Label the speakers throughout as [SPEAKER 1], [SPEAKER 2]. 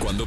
[SPEAKER 1] Cuando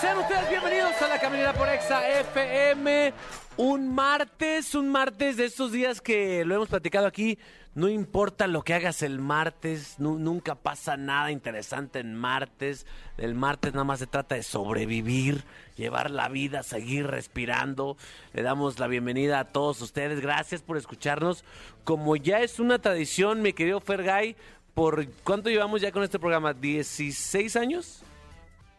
[SPEAKER 2] Sean ustedes bienvenidos a la caminera por Exa FM. Un martes, un martes de estos días que lo hemos platicado aquí. No importa lo que hagas el martes, nu- nunca pasa nada interesante en martes. El martes nada más se trata de sobrevivir, llevar la vida, seguir respirando. Le damos la bienvenida a todos ustedes. Gracias por escucharnos. Como ya es una tradición, mi querido Fergay, ¿por cuánto llevamos ya con este programa? ¿16 años?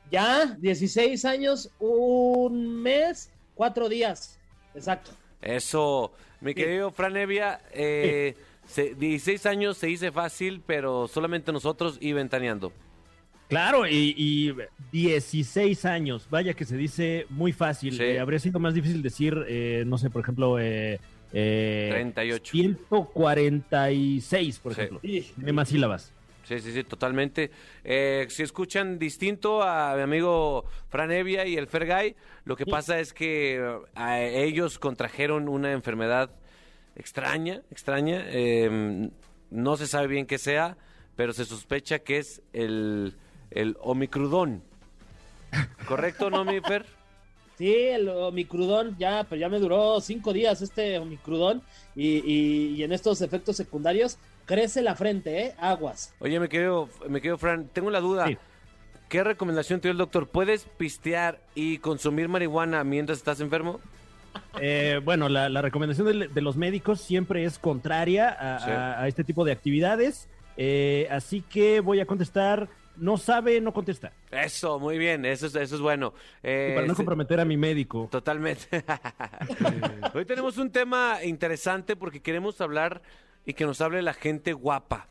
[SPEAKER 3] Ya, 16 años, un mes, cuatro días. Exacto.
[SPEAKER 2] Eso, mi querido Fran Evia, eh, se- 16 años se dice fácil, pero solamente nosotros y ventaneando.
[SPEAKER 4] Claro, y, y 16 años, vaya que se dice muy fácil.
[SPEAKER 2] Sí.
[SPEAKER 4] Eh, habría sido más difícil decir, eh, no sé, por ejemplo, eh, eh,
[SPEAKER 2] 38.
[SPEAKER 4] 146, por
[SPEAKER 2] Sí.
[SPEAKER 4] ejemplo.
[SPEAKER 3] Sí.
[SPEAKER 4] Tiene más sílabas.
[SPEAKER 2] Sí, sí, sí, totalmente. Eh, si escuchan distinto a mi amigo Fran Evia y el Fergay, lo que pasa es que a ellos contrajeron una enfermedad extraña, extraña. eh, no se sabe bien qué sea, pero se sospecha que es el, el omicrudón. ¿Correcto, no, mi Fer?
[SPEAKER 3] Sí, el omicrudón, ya, pero ya me duró cinco días este omicrudón. Y, y- y en estos efectos secundarios crece la frente, ¿eh? Aguas.
[SPEAKER 2] Oye, me querido, me querido Fran, tengo la duda.
[SPEAKER 4] Sí.
[SPEAKER 2] ¿Qué recomendación te dio el doctor? ¿Puedes pistear y consumir marihuana mientras estás enfermo?
[SPEAKER 4] Eh, bueno, la, la recomendación del- de, los médicos siempre es contraria a,
[SPEAKER 2] Sí.
[SPEAKER 4] a- a este tipo de actividades. Eh, así que voy a contestar, no sabe, no contesta.
[SPEAKER 2] Eso, muy bien, eso es, eso es bueno. Eh,
[SPEAKER 4] Y para no
[SPEAKER 2] se-
[SPEAKER 4] comprometer a mi médico.
[SPEAKER 2] Totalmente. Hoy tenemos un tema interesante porque queremos hablar y que nos hable la gente guapa.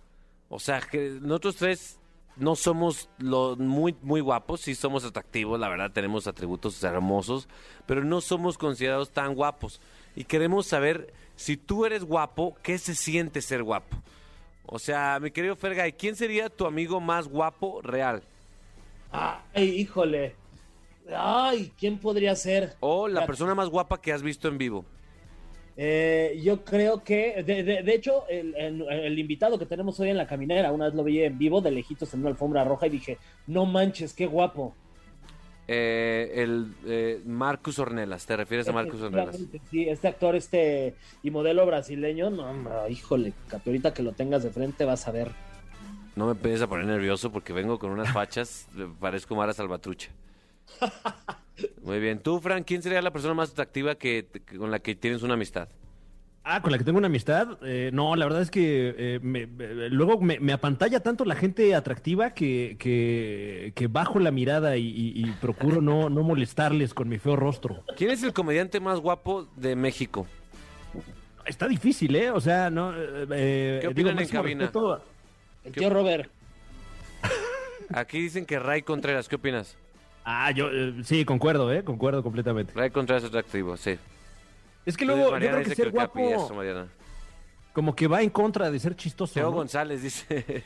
[SPEAKER 2] O sea, que nosotros tres no somos lo- muy, muy guapos, sí somos atractivos, la verdad, tenemos atributos hermosos, pero no somos considerados tan guapos. Y queremos saber si tú eres guapo, ¿qué se siente ser guapo? O sea, mi querido Fergay, ¿quién sería tu amigo más guapo real?
[SPEAKER 3] Ay, híjole. Ay, ¿quién podría ser?
[SPEAKER 2] O la
[SPEAKER 3] Ya-
[SPEAKER 2] persona más guapa que has visto en vivo.
[SPEAKER 3] Eh, yo creo que, de, de- de hecho, el, el- el invitado que tenemos hoy en la caminera, una vez lo vi en vivo de lejitos en una alfombra roja y dije, no manches, qué guapo.
[SPEAKER 2] Eh, el eh, Marcus Ornelas, ¿te refieres a Marcus Ornelas?
[SPEAKER 3] Efectivamente, Sí, este actor este y modelo brasileño, no, hombre, híjole, Capi, ahorita que lo tengas de frente vas a ver.
[SPEAKER 2] No me empieces a poner nervioso porque vengo con unas fachas, eh, parezco Mara Salvatrucha. Muy bien, tú, Frank, ¿quién sería la persona más atractiva que, que- con la que tienes una amistad?
[SPEAKER 4] Ah, con la que tengo una amistad. Eh, no, la verdad es que eh, me- me- luego me, me apantalla tanto la gente atractiva que, que, que bajo la mirada y, y- y procuro no, no molestarles con mi feo rostro.
[SPEAKER 2] ¿Quién es el comediante más guapo de México?
[SPEAKER 4] Está difícil, ¿eh? O sea, no. eh, eh,
[SPEAKER 2] ¿Qué opinan en
[SPEAKER 4] máximo
[SPEAKER 2] cabina?
[SPEAKER 4] respeto-
[SPEAKER 3] El
[SPEAKER 2] ¿Qué-
[SPEAKER 3] tío Robert,
[SPEAKER 2] Aquí dicen que Ray Contreras, ¿qué opinas?
[SPEAKER 4] Ah, yo eh, sí, concuerdo, ¿eh? Concuerdo completamente.
[SPEAKER 2] Ray Contreras es atractivo, sí.
[SPEAKER 4] Es que
[SPEAKER 2] Entonces,
[SPEAKER 4] luego yo
[SPEAKER 2] Mariana
[SPEAKER 4] creo que
[SPEAKER 2] dice
[SPEAKER 4] ser
[SPEAKER 2] el Capi, eso,
[SPEAKER 4] guapo
[SPEAKER 2] Mariana.
[SPEAKER 4] como que va en contra de ser chistoso.
[SPEAKER 2] Teo
[SPEAKER 4] ¿no?
[SPEAKER 2] González dice.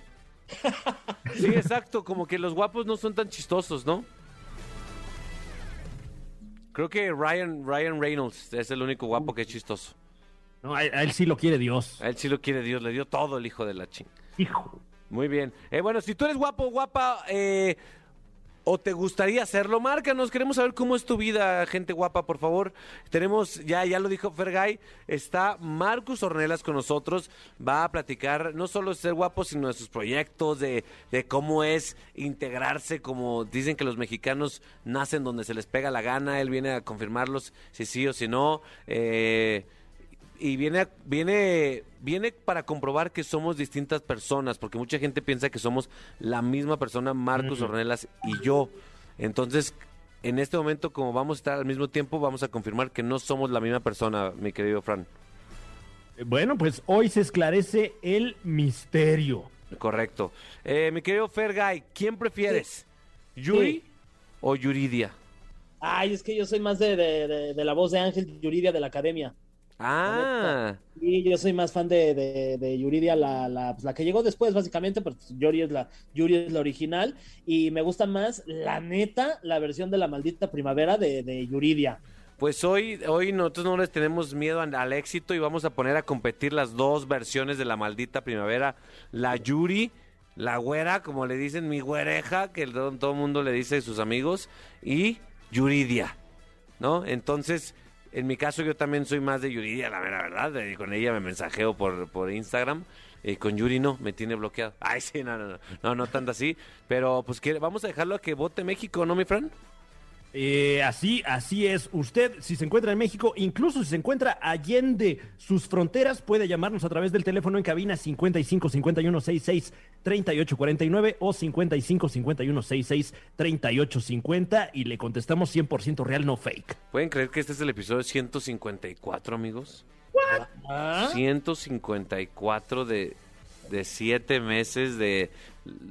[SPEAKER 2] sí, exacto, como que los guapos no son tan chistosos, ¿no? Creo que Ryan, Ryan Reynolds es el único guapo que es chistoso.
[SPEAKER 4] No, a, a él sí lo quiere Dios.
[SPEAKER 2] A él sí lo quiere Dios, le dio todo el hijo de la ching.
[SPEAKER 4] Hijo.
[SPEAKER 2] Muy bien. Eh, bueno, si tú eres guapo, guapa, eh, o te gustaría hacerlo, márcanos. Queremos saber cómo es tu vida, gente guapa, por favor. Tenemos, ya, ya lo dijo Fergay, está Marcus Ornelas con nosotros. Va a platicar no solo de ser guapo, sino de sus proyectos, de, de cómo es integrarse, como dicen que los mexicanos nacen donde se les pega la gana. Él viene a confirmarlos si sí o si no. Eh, y viene, a- viene, viene para comprobar que somos distintas personas, porque mucha gente piensa que somos la misma persona, Marcos Ornelas y yo. Entonces, en este momento, como vamos a estar al mismo tiempo, vamos a confirmar que no somos la misma persona, mi querido Fran.
[SPEAKER 4] Eh, Bueno, pues hoy se esclarece el misterio.
[SPEAKER 2] Correcto. Eh, mi querido Fergay, ¿quién prefieres? ¿Yuri
[SPEAKER 3] Sí.
[SPEAKER 2] o Yuridia?
[SPEAKER 3] ay, es que yo soy más de, de- de- de la voz de Ángel Yuridia de la academia.
[SPEAKER 2] Ah,
[SPEAKER 3] Y yo soy más fan de, de, de Yuridia, la, la, pues, la que llegó después, básicamente, pero pues, Yuri es, la, Yuri es la original. Y me gusta más, la neta, la versión de la maldita primavera de, de Yuridia.
[SPEAKER 2] pues hoy, hoy nosotros no les tenemos miedo an- al éxito y vamos a poner a competir las dos versiones de la maldita primavera. La Yuri, la güera, como le dicen, mi güereja, que el- todo el mundo le dice sus amigos, y Yuridia, ¿no? Entonces, en mi caso yo también soy más de Yuridia, la mera verdad. eh, Con ella me mensajeo por, por Instagram. Y con Yuri no, me tiene bloqueado. Ay, sí, no, no, no, no, no tanto así. Pero pues ¿quiere- vamos a dejarlo a que vote México, ¿no, mi Fran?
[SPEAKER 4] Eh, así, así es. Usted, si se encuentra en México, incluso si se encuentra allende sus fronteras, puede llamarnos a través del teléfono en cabina 55 51 66 38 49 o 55 51 66 38 50 y le contestamos 100% real, no fake.
[SPEAKER 2] ¿Pueden creer que este es el episodio 154, amigos?
[SPEAKER 3] Ah,
[SPEAKER 2] 154 de, de siete meses de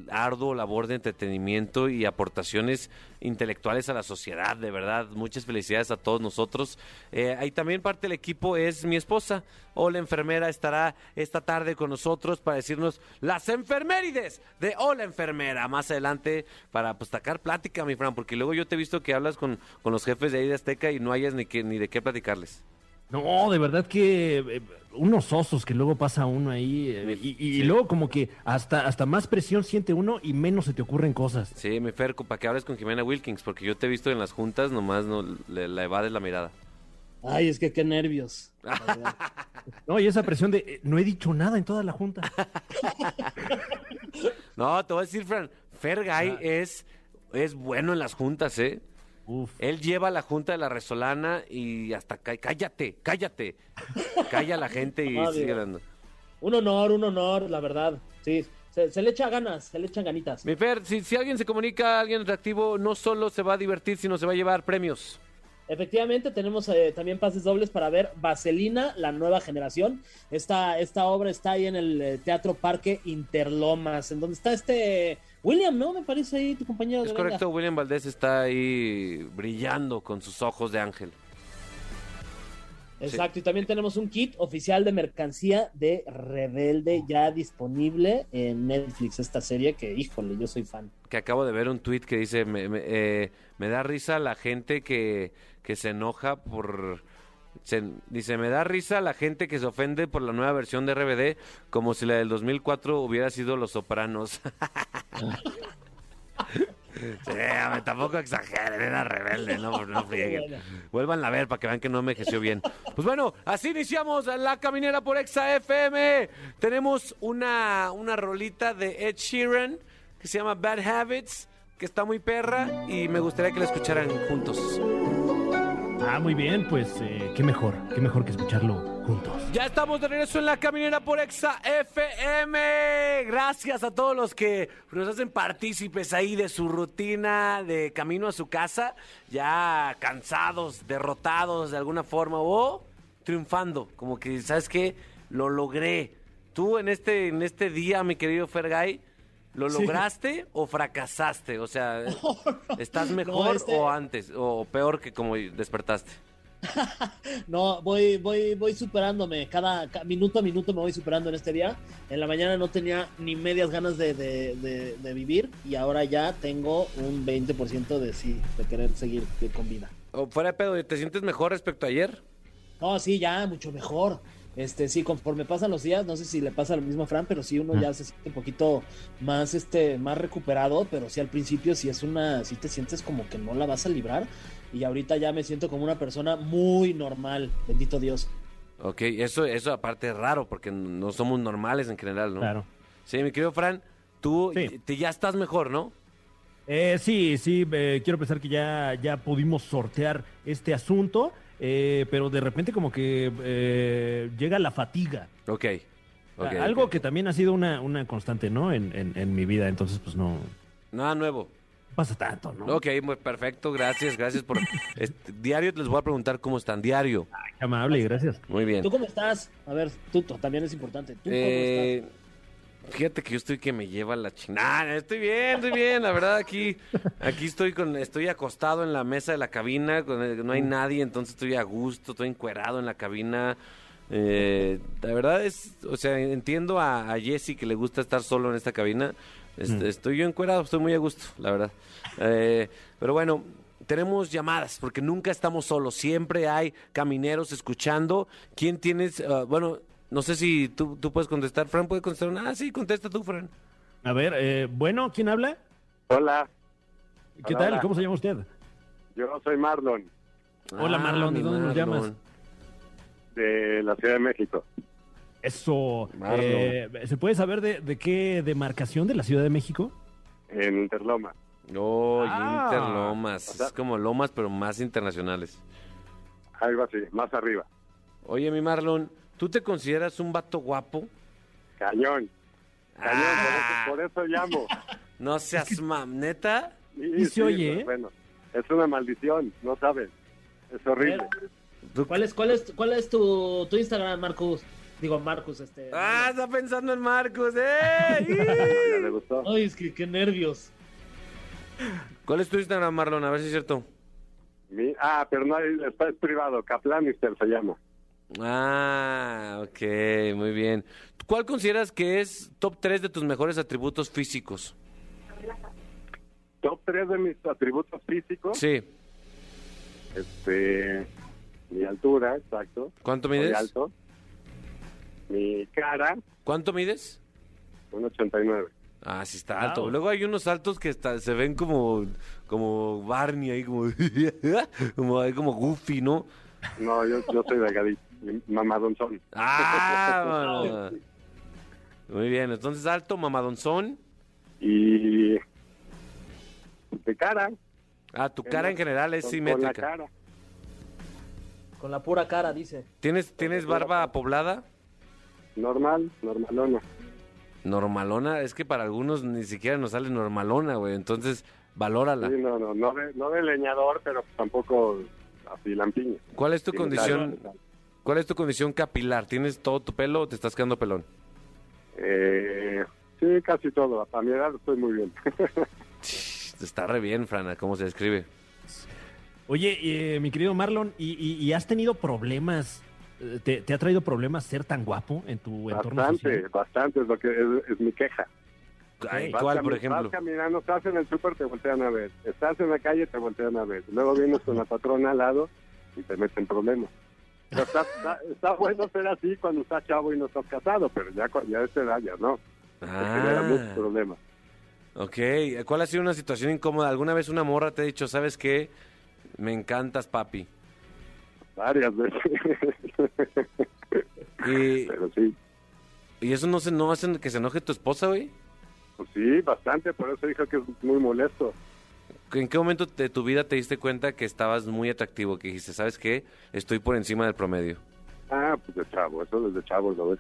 [SPEAKER 2] arduo labor de entretenimiento y aportaciones intelectuales a la sociedad, de verdad. Muchas felicidades a todos nosotros. Eh, ahí también parte del equipo es mi esposa. Hola Enfermera estará esta tarde con nosotros para decirnos las enfermerides de Hola Enfermera. Más adelante para pues sacar plática, mi Fran, porque luego yo te he visto que hablas con, con los jefes de ahí de Azteca y no hayas ni, que, ni de qué platicarles.
[SPEAKER 4] No, de verdad que eh, unos osos que luego pasa uno ahí eh, y, y- y
[SPEAKER 2] Sí.
[SPEAKER 4] luego como que hasta, hasta más presión siente uno y menos se te ocurren cosas.
[SPEAKER 2] Sí, mi Ferco, para que hables con Jimena Wilkins, porque yo te he visto en las juntas, nomás no, le, la evades la mirada.
[SPEAKER 3] Ay, es que qué nervios. la verdad.
[SPEAKER 4] No, y esa presión de eh, no he dicho nada en toda la junta.
[SPEAKER 2] No, te voy a decir, Fran, Fergay es, es bueno en las juntas, ¿eh?
[SPEAKER 4] Uf.
[SPEAKER 2] Él lleva la junta de la Resolana y hasta ca- cállate, cállate. Calla a la gente y
[SPEAKER 3] Madre.
[SPEAKER 2] sigue hablando.
[SPEAKER 3] un honor, un honor, la verdad. Sí, se, se le echa ganas, se le echan ganitas.
[SPEAKER 2] Mi Fer, si, si alguien se comunica, alguien atractivo, no solo se va a divertir, sino se va a llevar premios.
[SPEAKER 3] Efectivamente, tenemos eh, también pases dobles para ver Vaselina, la nueva generación. Esta, esta obra está ahí en el eh, Teatro Parque Interlomas, en donde está este William, ¿no? Me parece ahí tu compañero.
[SPEAKER 2] Es
[SPEAKER 3] de banda.
[SPEAKER 2] correcto, William Valdés está ahí brillando con sus ojos de ángel.
[SPEAKER 3] Exacto, y también tenemos un kit oficial de mercancía de Rebelde ya disponible en Netflix, esta serie que, híjole, yo soy fan.
[SPEAKER 2] que acabo de ver un tuit que dice, me, me- eh, me da risa la gente que, que se enoja por... se- dice, me da risa la gente que se ofende por la nueva versión de RBD, como si la del 2004 hubiera sido Los Sopranos. sí, hombre, tampoco exageren, era rebelde, no, Pues, no frieguen. Vuelvan a ver para que vean que no envejeció bien. Pues bueno, así iniciamos la caminera por Exa FM. Tenemos una, una rolita de Ed Sheeran que se llama Bad Habits, que está muy perra y me gustaría que la escucharan juntos.
[SPEAKER 4] Ah, muy bien, pues eh, qué mejor, qué mejor que escucharlo juntos.
[SPEAKER 2] Ya estamos de regreso en la caminera por Exa FM. Gracias a todos los que nos hacen partícipes ahí de su rutina de camino a su casa, ya cansados, derrotados de alguna forma o triunfando, como que sabes qué, lo logré. Tú en este en este día, mi querido Fergay, ¿lo lograste o fracasaste? O sea, ¿estás mejor
[SPEAKER 3] este-
[SPEAKER 2] o antes o peor que como despertaste?
[SPEAKER 3] No, voy, voy, voy superándome. Cada, ca- minuto a minuto me voy superando en este día. En la mañana no tenía ni medias ganas de, de- de- de vivir y ahora ya tengo un 20% de sí, de querer seguir de- con vida.
[SPEAKER 2] O fuera de pedo, ¿te sientes mejor respecto a ayer?
[SPEAKER 3] No, sí, ya, mucho mejor. Este, sí, conforme pasan los días, no sé si le pasa lo mismo a Fran, pero sí uno ya se siente un poquito más, este, más recuperado, pero sí al principio sí es una, sí te sientes como que no la vas a librar y ahorita ya me siento como una persona muy normal, bendito Dios.
[SPEAKER 2] Ok, eso, eso aparte es raro porque no somos normales en general, ¿no?
[SPEAKER 4] Claro.
[SPEAKER 2] Sí, mi querido Fran, tú
[SPEAKER 4] Sí.
[SPEAKER 2] te- ya estás mejor, ¿no?
[SPEAKER 4] Eh, sí, sí, eh, quiero pensar que ya, ya pudimos sortear este asunto, eh, pero de repente como que eh, llega la fatiga.
[SPEAKER 2] Ok. okay,
[SPEAKER 4] Ah, Algo
[SPEAKER 2] ok.
[SPEAKER 4] que también ha sido una, una constante, ¿no? En, en- en mi vida, entonces pues no
[SPEAKER 2] Nada nuevo.
[SPEAKER 4] pasa tanto, ¿no?
[SPEAKER 2] Ok, muy perfecto, gracias, gracias por... este, diario les voy a preguntar cómo están, diario.
[SPEAKER 4] Ay, qué amable, gracias.
[SPEAKER 2] Muy bien.
[SPEAKER 3] ¿Tú cómo estás? A ver, tú tú, también es importante. ¿Tú cómo
[SPEAKER 2] Eh, Fíjate que yo estoy que me lleva la chingada. Estoy bien, estoy bien. La verdad, aquí, aquí estoy con, estoy acostado en la mesa de la cabina, con el- no hay nadie, entonces estoy a gusto, estoy encuerado en la cabina. Eh, la verdad es, o sea, entiendo a, a Jesse que le gusta estar solo en esta cabina. Este, Estoy yo encuerado, estoy muy a gusto, la verdad. Eh, pero bueno, tenemos llamadas, porque nunca estamos solos, siempre hay camineros escuchando. ¿Quién tienes? ah, bueno, no sé si tú, tú puedes contestar. Fran puede contestar. Ah, sí, contesta tú, Fran.
[SPEAKER 4] A ver, eh, bueno, ¿quién habla?
[SPEAKER 5] Hola,
[SPEAKER 4] ¿Qué
[SPEAKER 5] Hola,
[SPEAKER 4] tal?
[SPEAKER 5] hola.
[SPEAKER 4] ¿Cómo se llama usted?
[SPEAKER 5] yo soy Marlon,
[SPEAKER 4] Hola, Marlon, ¿de
[SPEAKER 2] Ah, mi
[SPEAKER 4] dónde nos llamas?
[SPEAKER 5] de la Ciudad de México.
[SPEAKER 4] Eso.
[SPEAKER 2] Marlon.
[SPEAKER 4] eh, ¿Se puede saber de, de qué demarcación de la Ciudad de México?
[SPEAKER 5] en Interloma.
[SPEAKER 2] Oh,
[SPEAKER 4] Ah.
[SPEAKER 2] Interlomas. Es como Lomas, pero más internacionales.
[SPEAKER 5] Algo así, más arriba.
[SPEAKER 2] Oye, mi Marlon, ¿tú te consideras un vato guapo?
[SPEAKER 5] Cañón, cañón,
[SPEAKER 2] Ah,
[SPEAKER 5] por, eso, por eso llamo.
[SPEAKER 2] no seas mam, neta.
[SPEAKER 5] Y,
[SPEAKER 4] Y se oye,
[SPEAKER 5] pues,
[SPEAKER 4] ¿eh?
[SPEAKER 5] Bueno, es una maldición, no saben. Es horrible.
[SPEAKER 2] ¿Tú-
[SPEAKER 3] ¿Cuál es, cuál es, cuál es tu, tu Instagram, Marcus? Digo, Marcus, este.
[SPEAKER 2] Ah, está pensando en Marcos,
[SPEAKER 5] Ah, Ya
[SPEAKER 2] ¡eh!
[SPEAKER 5] le gustó.
[SPEAKER 3] Ay, es que qué nervios.
[SPEAKER 2] ¿Cuál es tu Instagram, Marlon? A ver si es cierto.
[SPEAKER 5] Mi- ah, pero no, hay- está es privado. Kaplanister se llama.
[SPEAKER 2] Ah, ok, muy bien. ¿Cuál consideras que es top 3 de tus mejores atributos físicos?
[SPEAKER 5] Top 3 de mis atributos físicos.
[SPEAKER 2] Sí.
[SPEAKER 5] Este, mi altura, exacto.
[SPEAKER 2] ¿Cuánto
[SPEAKER 5] Soy
[SPEAKER 2] mides?
[SPEAKER 5] alto. Mi cara,
[SPEAKER 2] ¿Cuánto mides?
[SPEAKER 5] 1,89.
[SPEAKER 2] Ah, sí está alto.
[SPEAKER 4] Wow.
[SPEAKER 2] Luego hay unos altos que está- se ven como, como Barney ahí, como, como, ahí como Goofy, ¿no?
[SPEAKER 5] No, yo, yo soy delgadito. Mamadonzón.
[SPEAKER 2] Ah, mano. Muy bien, entonces alto, mamadonzón.
[SPEAKER 5] Y de cara.
[SPEAKER 2] Ah, tu cara en general es
[SPEAKER 5] con- Con la
[SPEAKER 2] simétrica.
[SPEAKER 5] cara.
[SPEAKER 3] Con la pura cara, dice.
[SPEAKER 2] ¿Tienes, ¿Tienes barba poblada?
[SPEAKER 5] Normal, normalona.
[SPEAKER 2] Normalona, es que para algunos ni siquiera nos sale normalona, güey. Entonces, valórala.
[SPEAKER 5] Sí, no, no, no de, no de leñador, pero tampoco así lampiño.
[SPEAKER 2] ¿Cuál es tu
[SPEAKER 5] Sí,
[SPEAKER 2] condición?
[SPEAKER 5] claro.
[SPEAKER 2] ¿Cuál es tu condición capilar? ¿Tienes todo tu pelo o te estás quedando pelón?
[SPEAKER 5] Eh, sí, casi todo. A mi edad estoy muy bien.
[SPEAKER 2] Está re bien, Frana, ¿cómo se describe?
[SPEAKER 4] Oye, eh, mi querido Marlon, ¿y, y- y has tenido problemas? eh, ¿Te, te ha traído problemas ser tan guapo en tu entorno
[SPEAKER 5] bastante,
[SPEAKER 4] social?
[SPEAKER 5] bastante es lo que es, es mi queja.
[SPEAKER 2] Ay,
[SPEAKER 5] Vas
[SPEAKER 2] ¿Cuál,
[SPEAKER 5] cami-
[SPEAKER 2] por
[SPEAKER 5] Vas
[SPEAKER 2] ejemplo?
[SPEAKER 5] caminando, estás en el súper, te voltean a ver. Estás en la calle, te voltean a ver. Luego vienes con la patrona al lado y te meten problemas. Pero está, está- está bueno ser así cuando estás chavo y no estás casado, pero ya, cu- ya a esta edad ya no. Te genera muchos
[SPEAKER 2] Ah,
[SPEAKER 5] problemas.
[SPEAKER 2] ok. ¿Cuál ha sido una situación incómoda? ¿Alguna vez una morra te ha dicho, sabes qué? Me encantas, papi.
[SPEAKER 5] Varias veces.
[SPEAKER 2] Y,
[SPEAKER 5] pero sí,
[SPEAKER 2] y eso no, se, no hace que se enoje tu esposa, güey.
[SPEAKER 5] pues sí, bastante. Por eso dije que es muy molesto.
[SPEAKER 2] ¿En qué momento de tu vida te diste cuenta que estabas muy atractivo? Que dijiste, ¿sabes qué? Estoy por encima del promedio.
[SPEAKER 5] Ah, pues de chavo, eso desde chavo lo ves.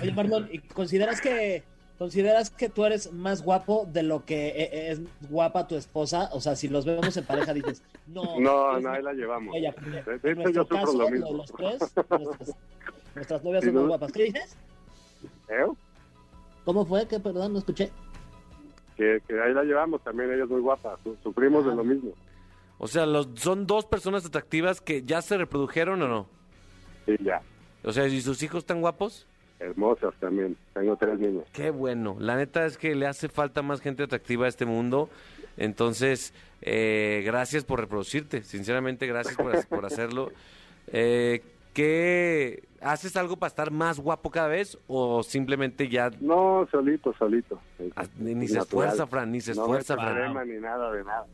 [SPEAKER 3] Oye, Marlon, ¿y ¿consideras que consideras que tú eres más guapo de lo que e- e- es guapa tu esposa? O sea, si los vemos en pareja, dices, no.
[SPEAKER 5] No,
[SPEAKER 3] es
[SPEAKER 5] no,
[SPEAKER 3] mi-
[SPEAKER 5] ahí la llevamos.
[SPEAKER 3] ella,
[SPEAKER 5] De
[SPEAKER 3] porque
[SPEAKER 5] hecho,
[SPEAKER 3] en nuestro
[SPEAKER 5] yo sufro
[SPEAKER 3] caso,
[SPEAKER 5] lo
[SPEAKER 3] lo-
[SPEAKER 5] mismo.
[SPEAKER 3] los tres, nuestras, nuestras novias
[SPEAKER 5] Sí,
[SPEAKER 3] son más
[SPEAKER 5] ¿no?
[SPEAKER 3] guapas. ¿Qué dices?
[SPEAKER 5] ¿Eh?
[SPEAKER 3] ¿Cómo fue? Que perdón, no escuché.
[SPEAKER 5] Que, que ahí la llevamos también, ella es muy guapa. su- Sufrimos de lo mismo.
[SPEAKER 2] O sea, los, son dos personas atractivas que ya se reprodujeron o no.
[SPEAKER 5] Sí, ya.
[SPEAKER 2] O sea, ¿y sus hijos tan guapos?
[SPEAKER 5] Hermosas también. Tengo tres niños.
[SPEAKER 2] Qué bueno. La neta es que le hace falta más gente atractiva a este mundo. Entonces, eh, gracias por reproducirte. Sinceramente, gracias por, ha- por hacerlo. Eh, ¿Qué haces algo para estar más guapo cada vez o simplemente ya
[SPEAKER 5] No, solito, solito.
[SPEAKER 2] Ah, ni- ni se esfuerza, Fran, ni se esfuerza,
[SPEAKER 5] no me
[SPEAKER 2] Fran.
[SPEAKER 5] problema ni nada de nada.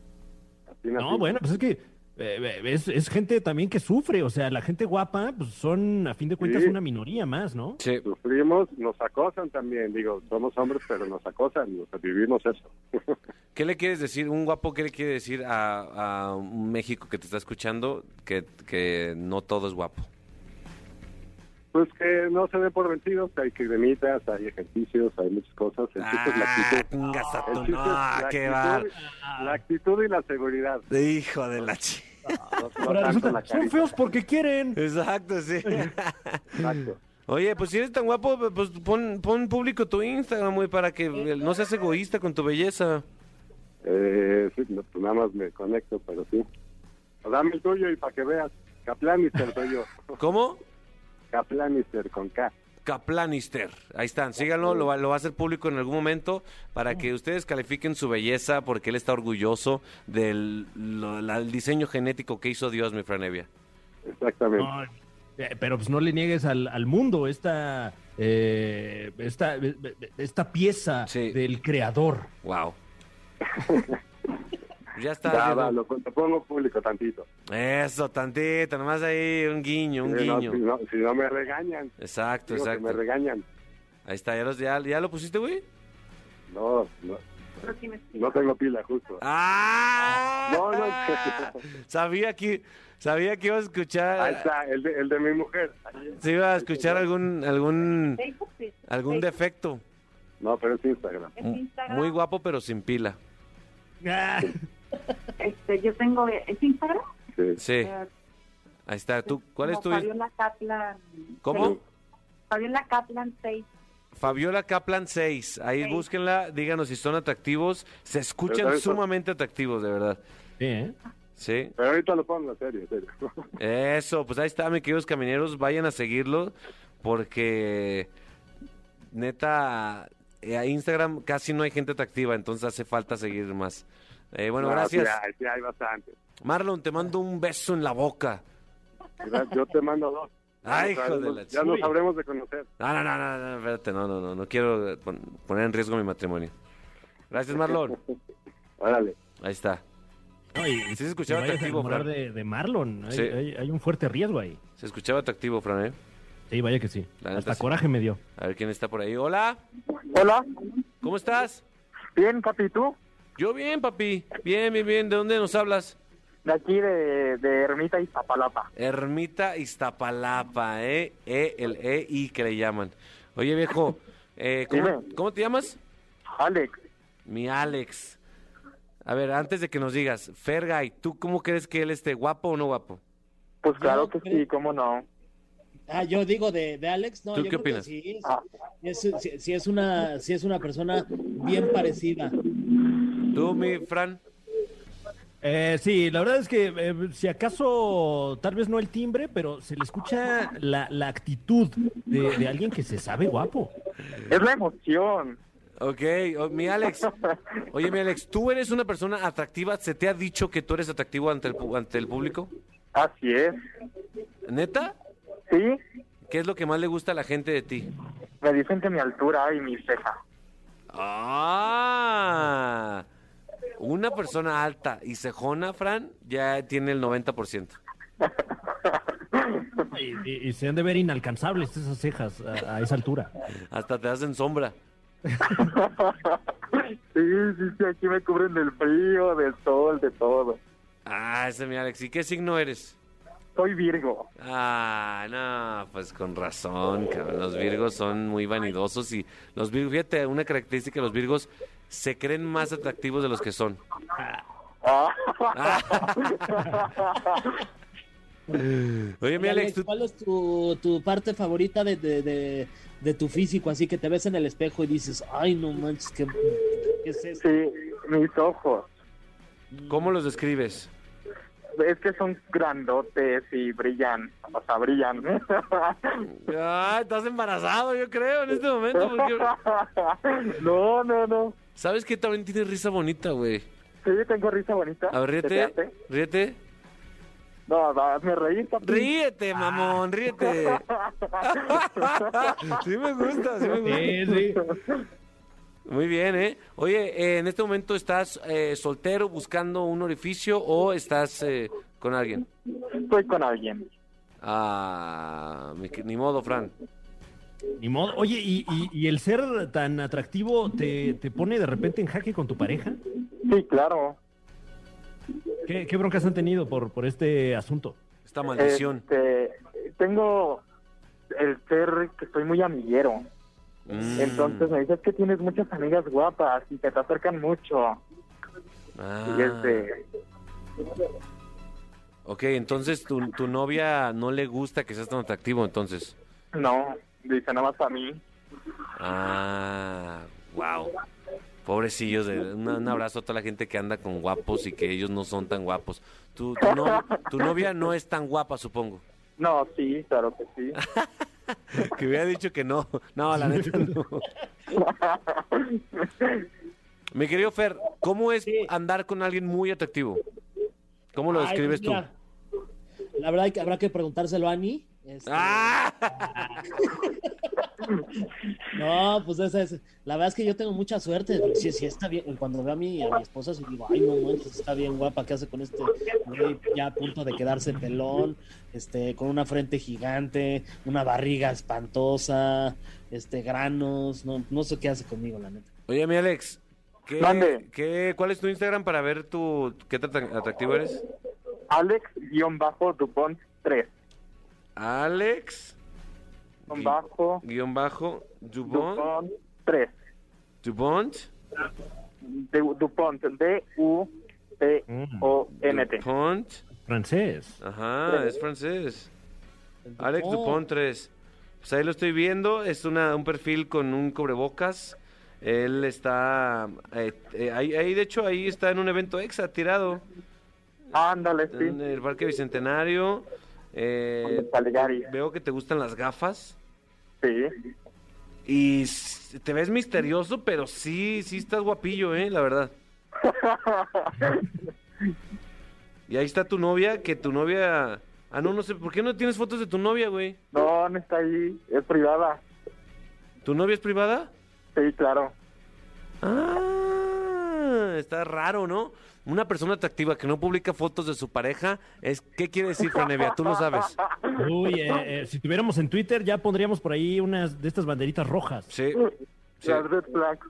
[SPEAKER 5] Así
[SPEAKER 4] No,
[SPEAKER 5] nací.
[SPEAKER 4] bueno, pues es que eh, es, es gente también que sufre. O sea, la gente guapa pues son, a fin de cuentas,
[SPEAKER 5] Sí.
[SPEAKER 4] una minoría más, ¿no?
[SPEAKER 2] Sí.
[SPEAKER 5] Sufrimos, nos acosan también. Digo, somos hombres, pero nos acosan. O sea, vivimos eso.
[SPEAKER 2] ¿Qué le quieres decir, un guapo, qué le quiere decir a, a un México que te está escuchando que, que no todo es guapo?
[SPEAKER 5] Pues que no se den por vencidos. que Hay cremitas, hay ejercicios, hay muchas cosas. El chiste es la
[SPEAKER 2] Ah,
[SPEAKER 5] actitud.
[SPEAKER 2] chingas a
[SPEAKER 5] El
[SPEAKER 2] tu-
[SPEAKER 5] chiste es la
[SPEAKER 2] no, qué
[SPEAKER 5] actitud-
[SPEAKER 2] bar.
[SPEAKER 5] La actitud y la seguridad.
[SPEAKER 2] Hijo de la chi.
[SPEAKER 5] No, no
[SPEAKER 4] Ahora
[SPEAKER 5] tanto
[SPEAKER 4] resulta,
[SPEAKER 5] la
[SPEAKER 4] son
[SPEAKER 5] carita.
[SPEAKER 4] feos porque quieren.
[SPEAKER 2] Exacto, sí.
[SPEAKER 5] Exacto.
[SPEAKER 2] Oye, pues si eres tan guapo, pues pon, pon público tu Instagram, güey, para que no seas egoísta con tu belleza.
[SPEAKER 5] Eh, sí, no, pues nada más me conecto, pero sí. O dame el tuyo y para que veas. Caplanister soy yo.
[SPEAKER 2] ¿Cómo?
[SPEAKER 5] Caplanister con K.
[SPEAKER 2] Kaplanister. Ahí están, síganlo, lo, va- lo va a hacer público en algún momento para que ustedes califiquen su belleza porque él está orgulloso del lo- la- el diseño genético que hizo Dios, mi franevia.
[SPEAKER 5] Exactamente.
[SPEAKER 4] No, eh, pero pues no le niegues al, al mundo esta, eh, esta, esta pieza
[SPEAKER 2] Sí.
[SPEAKER 4] del creador.
[SPEAKER 2] Wow. ya está.
[SPEAKER 5] Ya,
[SPEAKER 2] Diego.
[SPEAKER 5] va, lo, lo pongo público tantito.
[SPEAKER 2] Eso, tantito, nomás ahí un guiño, un
[SPEAKER 5] Eh, no, si,
[SPEAKER 2] guiño.
[SPEAKER 5] no, si no me regañan.
[SPEAKER 2] Exacto,
[SPEAKER 5] Digo que
[SPEAKER 2] exacto.
[SPEAKER 5] me regañan.
[SPEAKER 2] Ahí está, ya, los- ya- ya lo pusiste, güey.
[SPEAKER 5] No, no. No tengo pila, justo.
[SPEAKER 2] ¡Ah!
[SPEAKER 5] No, no.
[SPEAKER 2] sabía que sabía que iba a escuchar.
[SPEAKER 5] Ahí está, el de, el de mi mujer.
[SPEAKER 2] Se iba a escuchar algún algún
[SPEAKER 6] Facebook, sí.
[SPEAKER 2] algún
[SPEAKER 6] Facebook,
[SPEAKER 2] defecto. Mm,
[SPEAKER 5] No, pero es Instagram.
[SPEAKER 6] es Instagram.
[SPEAKER 2] Muy guapo pero sin pila.
[SPEAKER 4] Ah,
[SPEAKER 6] Este, yo tengo, ¿es Instagram?
[SPEAKER 5] Sí.
[SPEAKER 2] Sí.
[SPEAKER 6] Eh,
[SPEAKER 2] Ahí está. ¿Tú cuál es
[SPEAKER 6] como
[SPEAKER 2] tu
[SPEAKER 6] Fabiola Kaplan.
[SPEAKER 2] ¿Cómo?
[SPEAKER 6] seis. Fabiola Kaplan 6.
[SPEAKER 2] Fabiola Kaplan 6. Ahí
[SPEAKER 6] Sí.
[SPEAKER 2] búsquenla, díganos si son atractivos. Se
[SPEAKER 5] Pero
[SPEAKER 2] escuchan
[SPEAKER 5] ¿sabes cuál?
[SPEAKER 2] sumamente atractivos, de verdad.
[SPEAKER 4] sí, ¿eh?
[SPEAKER 2] Sí.
[SPEAKER 5] Pero ahorita lo pongo, en serio, en serio.
[SPEAKER 2] Eso, pues ahí está, mis queridos camineros, vayan a seguirlo porque neta eh, a Instagram casi no hay gente atractiva, entonces hace falta seguir más. Eh, bueno,
[SPEAKER 5] No,
[SPEAKER 2] gracias.
[SPEAKER 5] Sí hay, sí hay bastante.
[SPEAKER 2] Marlon, te mando un beso en la boca.
[SPEAKER 5] Gra- Yo te mando dos.
[SPEAKER 2] Ay,
[SPEAKER 5] Ya nos
[SPEAKER 2] hijo de
[SPEAKER 5] habremos-
[SPEAKER 2] la
[SPEAKER 5] Ya nos
[SPEAKER 4] chuy.
[SPEAKER 5] habremos de conocer.
[SPEAKER 2] No, no, no, no, no, espérate, no, no, no, no quiero eh, pon- poner en riesgo mi matrimonio. Gracias, Marlon.
[SPEAKER 5] Órale.
[SPEAKER 2] Ahí está.
[SPEAKER 4] No, y-
[SPEAKER 2] Sí se escuchaba
[SPEAKER 4] te vayas a
[SPEAKER 2] atractivo,
[SPEAKER 4] enamorar
[SPEAKER 2] Fran.
[SPEAKER 4] de, de Marlon. Hay,
[SPEAKER 2] Sí.
[SPEAKER 4] hay- hay un fuerte riesgo ahí.
[SPEAKER 2] Se escuchaba atractivo, Fran, ¿eh?
[SPEAKER 4] Sí, vaya que sí.
[SPEAKER 2] La neta
[SPEAKER 4] Hasta
[SPEAKER 2] sí.
[SPEAKER 4] coraje me dio.
[SPEAKER 2] A ver quién está por ahí. Hola,
[SPEAKER 7] Hola,
[SPEAKER 2] ¿cómo estás?
[SPEAKER 7] bien, papi, ¿tú?
[SPEAKER 2] Yo bien, papi. Bien, bien, bien. ¿De dónde nos hablas?
[SPEAKER 7] De aquí de, de Ermita y Zapalapa.
[SPEAKER 2] Ermita Iztapalapa, ¿eh? E, el E, I que le llaman. Oye, viejo, eh, ¿cómo,
[SPEAKER 7] Dime.
[SPEAKER 2] cómo te llamas?
[SPEAKER 7] Alex,
[SPEAKER 2] Mi Alex. A ver, antes de que nos digas, Fergay, ¿tú cómo crees que él esté guapo o no guapo?
[SPEAKER 7] pues claro que
[SPEAKER 3] creo-
[SPEAKER 7] sí, ¿cómo no?
[SPEAKER 3] Ah, yo digo de, de Alex, no,
[SPEAKER 2] ¿Tú
[SPEAKER 3] yo
[SPEAKER 2] qué
[SPEAKER 3] creo que
[SPEAKER 2] opinas?
[SPEAKER 3] sí,
[SPEAKER 7] Ah.
[SPEAKER 3] es, sí- sí es una, sí es una persona bien parecida.
[SPEAKER 2] ¿Tú, mi Fran?
[SPEAKER 4] Eh, sí, la verdad es que eh, si acaso, tal vez no el timbre, pero se le escucha la, la actitud de, de alguien que se sabe guapo.
[SPEAKER 7] Es la emoción.
[SPEAKER 2] Ok, o- mi Alex. Oye, mi Alex, ¿tú eres una persona atractiva? ¿Se te ha dicho que tú eres atractivo ante el, pu- ante el público?
[SPEAKER 7] Así es.
[SPEAKER 2] ¿Neta?
[SPEAKER 7] Sí,
[SPEAKER 2] ¿Qué es lo que más le gusta a la gente de ti?
[SPEAKER 7] me dicen que mi altura y mi ceja.
[SPEAKER 2] Ah, una persona alta y cejona, Fran, ya tiene el 90%.
[SPEAKER 4] Y, y- y se han de ver inalcanzables esas cejas a, a esa altura.
[SPEAKER 2] Hasta te hacen sombra.
[SPEAKER 7] Sí, sí, sí, aquí me cubren del frío, del sol, de todo.
[SPEAKER 2] Ah, ese mi Alex. ¿Y qué signo eres?
[SPEAKER 7] Soy Virgo.
[SPEAKER 2] Ah, no, pues con razón, cabrón. Los virgos son muy vanidosos y los virgos, fíjate, una característica de los virgos, se creen más atractivos de los que son.
[SPEAKER 7] Ah,
[SPEAKER 2] Oye, mi
[SPEAKER 3] Oye,
[SPEAKER 2] Alex,
[SPEAKER 3] Alex,
[SPEAKER 2] tú-
[SPEAKER 3] ¿cuál es tu, tu parte favorita de, de, de- de tu físico? Así que te ves en el espejo y dices, ay, no manches, ¿qué, qué es esto?
[SPEAKER 7] sí, mis ojos.
[SPEAKER 2] ¿cómo los describes?
[SPEAKER 7] Es que son grandotes y brillan. O sea, brillan.
[SPEAKER 2] Ah, estás embarazado, yo creo, en este momento. porque-
[SPEAKER 7] No, no, no.
[SPEAKER 2] ¿Sabes qué? También tienes risa bonita, güey.
[SPEAKER 7] Sí, tengo risa bonita.
[SPEAKER 2] A ver,
[SPEAKER 7] ¿Se te
[SPEAKER 2] ríete.
[SPEAKER 7] hace?
[SPEAKER 2] Ríete.
[SPEAKER 7] No, va, me reí, papi.
[SPEAKER 2] Ríete, mamón, ríete. sí me gusta, sí me gusta.
[SPEAKER 4] Sí, sí.
[SPEAKER 2] Muy bien, ¿eh? Oye, eh, ¿en este momento estás eh, soltero buscando un orificio o estás eh, con alguien?
[SPEAKER 7] Estoy con alguien.
[SPEAKER 2] Ah, mi que- ni modo, Fran.
[SPEAKER 4] Ni modo. Oye, ¿y, y- y el ser tan atractivo te, te pone de repente en jaque con tu pareja?
[SPEAKER 7] Sí, claro.
[SPEAKER 4] ¿Qué, qué broncas han tenido por, por este asunto?
[SPEAKER 2] Esta
[SPEAKER 7] Eh,
[SPEAKER 2] maldición.
[SPEAKER 7] Este, tengo el ser que soy muy amiguero.
[SPEAKER 2] Mm.
[SPEAKER 7] eh, Entonces me dices que tienes muchas amigas guapas y que te acercan mucho.
[SPEAKER 2] Ah,
[SPEAKER 7] Y este,
[SPEAKER 2] ok, entonces tu, tu novia no le gusta que seas tan atractivo, entonces.
[SPEAKER 7] no, dice nada más a mí.
[SPEAKER 2] Ah, wow. Pobrecillos, de- un, un abrazo a toda la gente que anda con guapos y que ellos no son tan guapos. Tu, tu, no- tu novia no es tan guapa, supongo.
[SPEAKER 7] No, sí, claro que sí.
[SPEAKER 2] Que hubiera dicho que no. No, la neta no. Mi querido Fer, ¿cómo es
[SPEAKER 3] Sí.
[SPEAKER 2] andar con alguien muy atractivo? ¿Cómo lo
[SPEAKER 3] Ay,
[SPEAKER 2] describes tú?
[SPEAKER 3] mira, La verdad que habrá que preguntárselo a Ani. este,
[SPEAKER 2] ¡Ah!
[SPEAKER 3] No, pues esa es. La verdad es que yo tengo mucha suerte. porque Sí, sí, está bien. Cuando veo a mi, a mi esposa, sí digo, ay, no manches, está bien guapa. ¿Qué hace con este güey ya a punto de quedarse pelón? Este, con una frente gigante, una barriga espantosa, este, granos. No, no sé qué hace conmigo, la neta.
[SPEAKER 2] Oye, mi Alex, ¿qué,
[SPEAKER 7] Mande.
[SPEAKER 2] qué- ¿cuál es tu Instagram para ver tu, qué tan tan atractivo eres?
[SPEAKER 7] Alex-Dupont 3.
[SPEAKER 2] Alex,
[SPEAKER 7] Con bajo
[SPEAKER 2] guión bajo, Dubon,
[SPEAKER 7] Dupont 3.
[SPEAKER 2] Dubont,
[SPEAKER 7] Du- Dupont, D-U-P-O-N-T.
[SPEAKER 2] Dupont,
[SPEAKER 4] Francés.
[SPEAKER 2] ajá, es francés. Alex
[SPEAKER 3] Dupont.
[SPEAKER 2] Dupont 3. Pues ahí lo estoy viendo, es una, un perfil con un cubrebocas. Él está, eh, eh, ahí, ahí, de hecho, ahí está en un evento exa tirado,
[SPEAKER 7] Ándale,
[SPEAKER 2] en
[SPEAKER 7] sí.
[SPEAKER 2] el Parque Bicentenario. Eh,
[SPEAKER 7] Con Caligari.
[SPEAKER 2] veo que te gustan las gafas.
[SPEAKER 7] Sí.
[SPEAKER 2] Y s- te ves misterioso, pero sí, sí estás guapillo, ¿eh? La verdad. y ahí está tu novia, que tu novia... Ah, no, no sé, ¿por qué no tienes fotos de tu novia, güey?
[SPEAKER 7] No, no está ahí. Es privada.
[SPEAKER 2] ¿Tu novia es privada?
[SPEAKER 7] Sí, claro.
[SPEAKER 2] Ah, está raro, ¿no? Una persona atractiva que no publica fotos de su pareja es... ¿Qué quiere decir, Franevia? Tú lo sabes.
[SPEAKER 4] Uy, eh, eh, si tuviéramos en Twitter ya pondríamos por ahí unas de estas banderitas rojas.
[SPEAKER 2] Sí, sí.
[SPEAKER 7] Las red flags.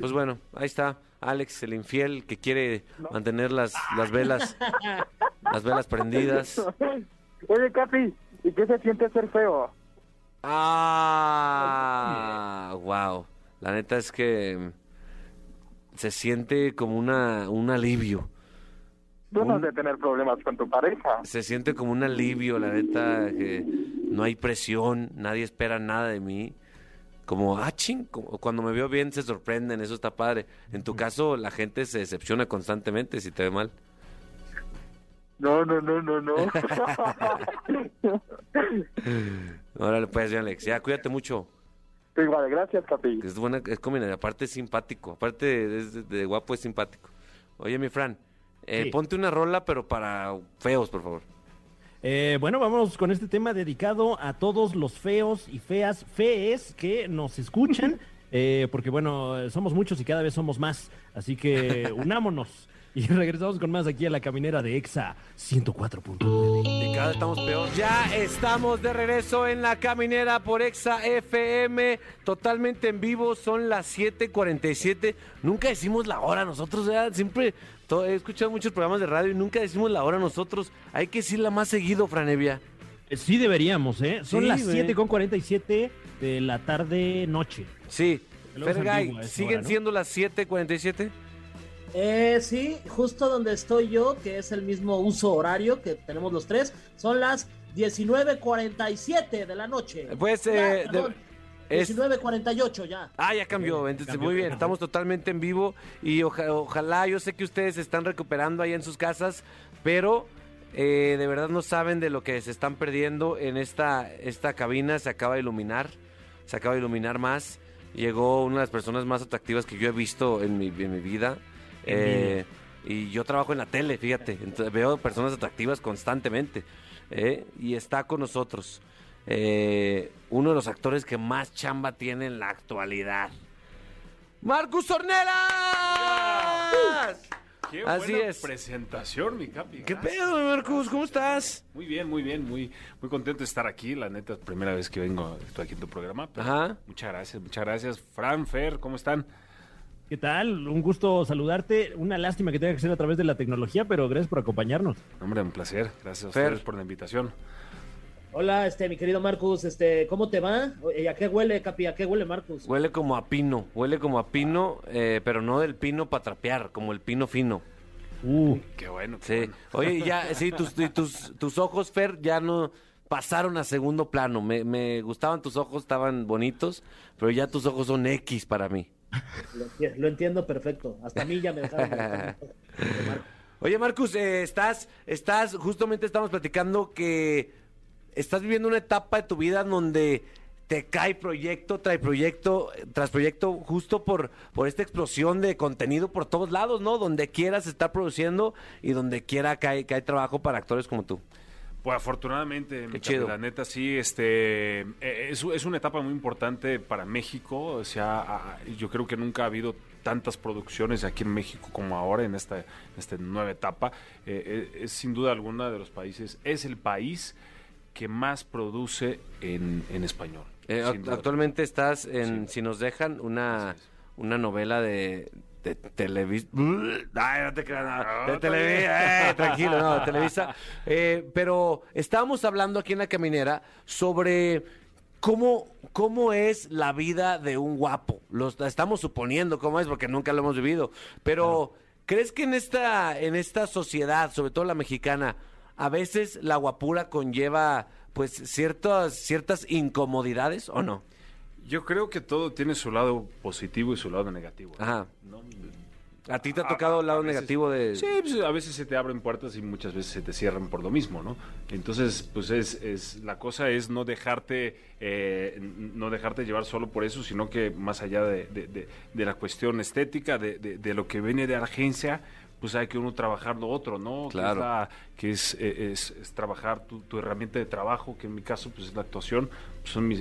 [SPEAKER 2] Pues bueno, ahí está Alex, el infiel, que quiere mantener las, las velas, las velas prendidas.
[SPEAKER 7] Oye, Capi, ¿y qué se siente ser feo?
[SPEAKER 2] Ah, wow. La neta es que se siente como una, un alivio.
[SPEAKER 7] Tú
[SPEAKER 2] Un-
[SPEAKER 7] no has de tener problemas con tu pareja.
[SPEAKER 2] Se siente como un alivio, la neta, que no hay presión, nadie espera nada de mí. Como, ah, ching, como cuando me veo bien se sorprenden, eso está padre. En tu caso, la gente se decepciona constantemente si te ve mal.
[SPEAKER 7] No, no, no, no, no.
[SPEAKER 2] Órale, pues, bien, Alex, ya, cuídate mucho.
[SPEAKER 7] Tú Igual, gracias, Capi.
[SPEAKER 2] Que Es buena, es combinada. Aparte es simpático. Aparte es de, de guapo, es simpático. Oye, mi Fran, eh,
[SPEAKER 4] Sí.
[SPEAKER 2] ponte una rola, pero para feos, por favor.
[SPEAKER 4] Eh, bueno, vamos con este tema dedicado a todos los feos y feas, fees que nos escuchan, eh, porque bueno, eh, somos muchos y cada vez somos más, así que unámonos y regresamos con más aquí a la caminera de EXA 104.9.
[SPEAKER 2] De cada vez estamos peor. Ya estamos de regreso en la caminera por Exa FM. Totalmente en vivo. Son las 7:47. Nunca decimos la hora nosotros. ¿verdad? Siempre to- he escuchado muchos programas de radio y nunca decimos la hora nosotros. Hay que decirla más seguido, Franevia.
[SPEAKER 4] Eh, Sí deberíamos, ¿eh? Son
[SPEAKER 2] Sí,
[SPEAKER 4] las
[SPEAKER 2] güey.
[SPEAKER 4] 7.47 de la tarde noche.
[SPEAKER 2] Sí.
[SPEAKER 4] Luego es
[SPEAKER 2] Fergay,
[SPEAKER 4] ambigua esa
[SPEAKER 2] ¿siguen
[SPEAKER 4] hora, ¿no?
[SPEAKER 2] siendo las 7:47?
[SPEAKER 3] Eh, sí, justo donde estoy yo, que es el mismo uso horario que tenemos los tres, son las 19.47 de la noche.
[SPEAKER 2] Pues,
[SPEAKER 3] Ya,
[SPEAKER 2] eh,
[SPEAKER 3] perdón,
[SPEAKER 2] de- es-
[SPEAKER 3] 19.48 ya.
[SPEAKER 2] Ah, ya cambió. entonces,
[SPEAKER 4] cambió.
[SPEAKER 2] muy bien, estamos totalmente en vivo y oja- ojalá, yo sé que ustedes se están recuperando ahí en sus casas, pero eh, de verdad no saben de lo que se están perdiendo en esta, esta cabina. Se acaba de iluminar, se acaba de iluminar más. Llegó una de las personas más atractivas que yo he visto en mi, en mi vida. Eh, y yo trabajo en la tele, fíjate. Entonces, veo personas atractivas constantemente. ¿eh? Y está con nosotros eh, uno de los actores que más chamba tiene en la actualidad. ¡Marcus Ornelas!
[SPEAKER 8] Qué
[SPEAKER 2] Así
[SPEAKER 8] buena
[SPEAKER 2] es.
[SPEAKER 8] presentación, mi capi.
[SPEAKER 2] Uh, ¿Qué
[SPEAKER 8] Gracias.
[SPEAKER 2] pedo, Marcus? ¿Cómo estás?
[SPEAKER 8] Muy bien, muy bien, muy, muy contento de estar aquí. La neta, es la primera vez que vengo, estoy aquí en tu programa. pero
[SPEAKER 2] Ajá.
[SPEAKER 8] Muchas gracias, muchas gracias. Fran, Fer, ¿cómo están?
[SPEAKER 4] ¿Qué tal? Un gusto saludarte. Una lástima que tenga que ser a través de la tecnología, pero gracias por acompañarnos.
[SPEAKER 8] Hombre, un placer. Gracias a
[SPEAKER 2] Fer.
[SPEAKER 8] ustedes por la invitación.
[SPEAKER 3] Hola, este, mi querido Marcus, este, ¿cómo te va? Oye, ¿A qué huele, Capi? ¿A qué huele, Marcus?
[SPEAKER 2] Huele como a pino, huele como a pino, eh, pero no del pino para trapear, como el pino fino.
[SPEAKER 4] Uh,
[SPEAKER 8] Qué bueno. qué
[SPEAKER 2] Sí.
[SPEAKER 8] bueno.
[SPEAKER 2] Oye, ya, sí, tus, y tus, tus ojos, Fer, ya no. pasaron a segundo plano. Me, me gustaban tus ojos, estaban bonitos, pero ya tus ojos son X para mí.
[SPEAKER 3] Lo, enti- lo entiendo perfecto. Hasta a mí ya me dejaron. de- de marco.
[SPEAKER 2] Oye, Marcus, eh, estás, estás, justamente estamos platicando que estás viviendo una etapa de tu vida en donde te cae proyecto, trae proyecto, eh, tras proyecto, justo por, por esta explosión de contenido por todos lados, ¿no? Donde quieras estar produciendo y donde quiera cae, cae trabajo para actores como tú.
[SPEAKER 8] Pues afortunadamente, mi
[SPEAKER 2] chido.
[SPEAKER 8] capi, la neta sí, este, eh, es, es una etapa muy importante para México. O sea, a- a- yo creo que nunca ha habido tantas producciones aquí en México como ahora en esta, en esta nueva etapa. Eh, eh, es sin duda alguna de los países, es el país que más produce en, en español.
[SPEAKER 2] Eh,
[SPEAKER 8] sin
[SPEAKER 2] act-
[SPEAKER 8] duda.
[SPEAKER 2] actualmente estás en
[SPEAKER 8] Sí.
[SPEAKER 2] Si nos dejan una,
[SPEAKER 8] Así es.
[SPEAKER 2] una novela de, de Televisa. Ay, no te creas nada. De
[SPEAKER 8] No, Ah, está bien.
[SPEAKER 2] Televisa. Eh, tranquilo, no, de Televisa. Eh, pero estábamos hablando aquí en la caminera sobre cómo, cómo es la vida de un guapo. Lo est- estamos suponiendo cómo es, porque nunca lo hemos vivido. Pero, ¿crees que en esta, en esta sociedad, sobre todo la mexicana, a veces la guapura conlleva pues ciertas, ciertas incomodidades o no?
[SPEAKER 8] Yo creo que todo tiene su lado positivo y su lado negativo. ¿no?
[SPEAKER 2] Ajá.
[SPEAKER 8] ¿No?
[SPEAKER 2] ¿A ti te ha tocado el lado
[SPEAKER 8] a veces-
[SPEAKER 2] negativo de...?
[SPEAKER 8] Sí, pues, a veces se te abren puertas y muchas veces se te cierran por lo mismo, ¿no? Entonces, pues es, es la cosa es no dejarte eh, n- no dejarte llevar solo por eso, sino que más allá de, de- de- de la cuestión estética, de, de- de lo que viene de la agencia, pues hay que uno trabajar lo otro, ¿no? Que es
[SPEAKER 2] Claro.
[SPEAKER 8] la- Que es, eh, es- es trabajar tu, tu herramienta de trabajo, que en mi caso pues es la actuación, pues, son mis,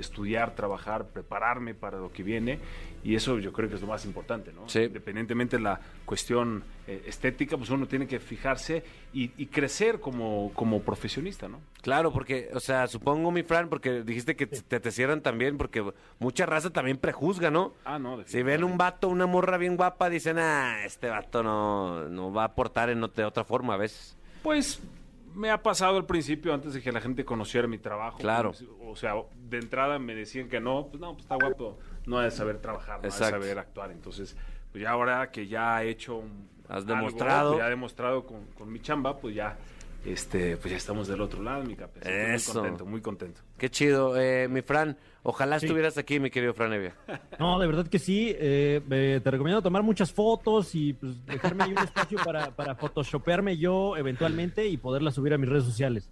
[SPEAKER 8] estudiar, trabajar, prepararme para lo que viene y eso yo creo que es lo más importante, ¿no?
[SPEAKER 2] Sí.
[SPEAKER 8] independientemente de la cuestión eh, estética, pues uno tiene que fijarse y, y crecer como, como profesionista, ¿no?
[SPEAKER 2] Claro, porque, o sea, supongo, mi Fran, porque dijiste que te, te cierran también, porque mucha raza también prejuzga, ¿no?
[SPEAKER 8] Ah, no,
[SPEAKER 2] Si ven un vato, una morra bien guapa, dicen, ah, este vato no, no va a aportar en ot- de otra forma a veces.
[SPEAKER 8] Pues me ha pasado al principio, antes de que la gente conociera mi trabajo.
[SPEAKER 2] Claro.
[SPEAKER 8] Pues, o sea, de entrada me decían que no, pues no, pues está guapo, no ha de saber trabajar, no ha de
[SPEAKER 2] Exacto.
[SPEAKER 8] saber actuar. Entonces, pues ya ahora que ya he hecho un-
[SPEAKER 2] Has
[SPEAKER 8] algo,
[SPEAKER 2] demostrado.
[SPEAKER 8] pues, ya he demostrado con, con mi chamba, pues ya, este, pues ya estamos del otro lado, mi capeta.
[SPEAKER 2] Eso.
[SPEAKER 8] Muy contento, muy contento.
[SPEAKER 2] Qué chido, eh, mi Fran. Ojalá estuvieras aquí, mi querido Fran Evia.
[SPEAKER 4] No, de verdad que sí. eh, eh, te recomiendo tomar muchas fotos y pues, dejarme ahí un espacio para, para photoshopearme yo eventualmente y poderlas subir a mis redes sociales.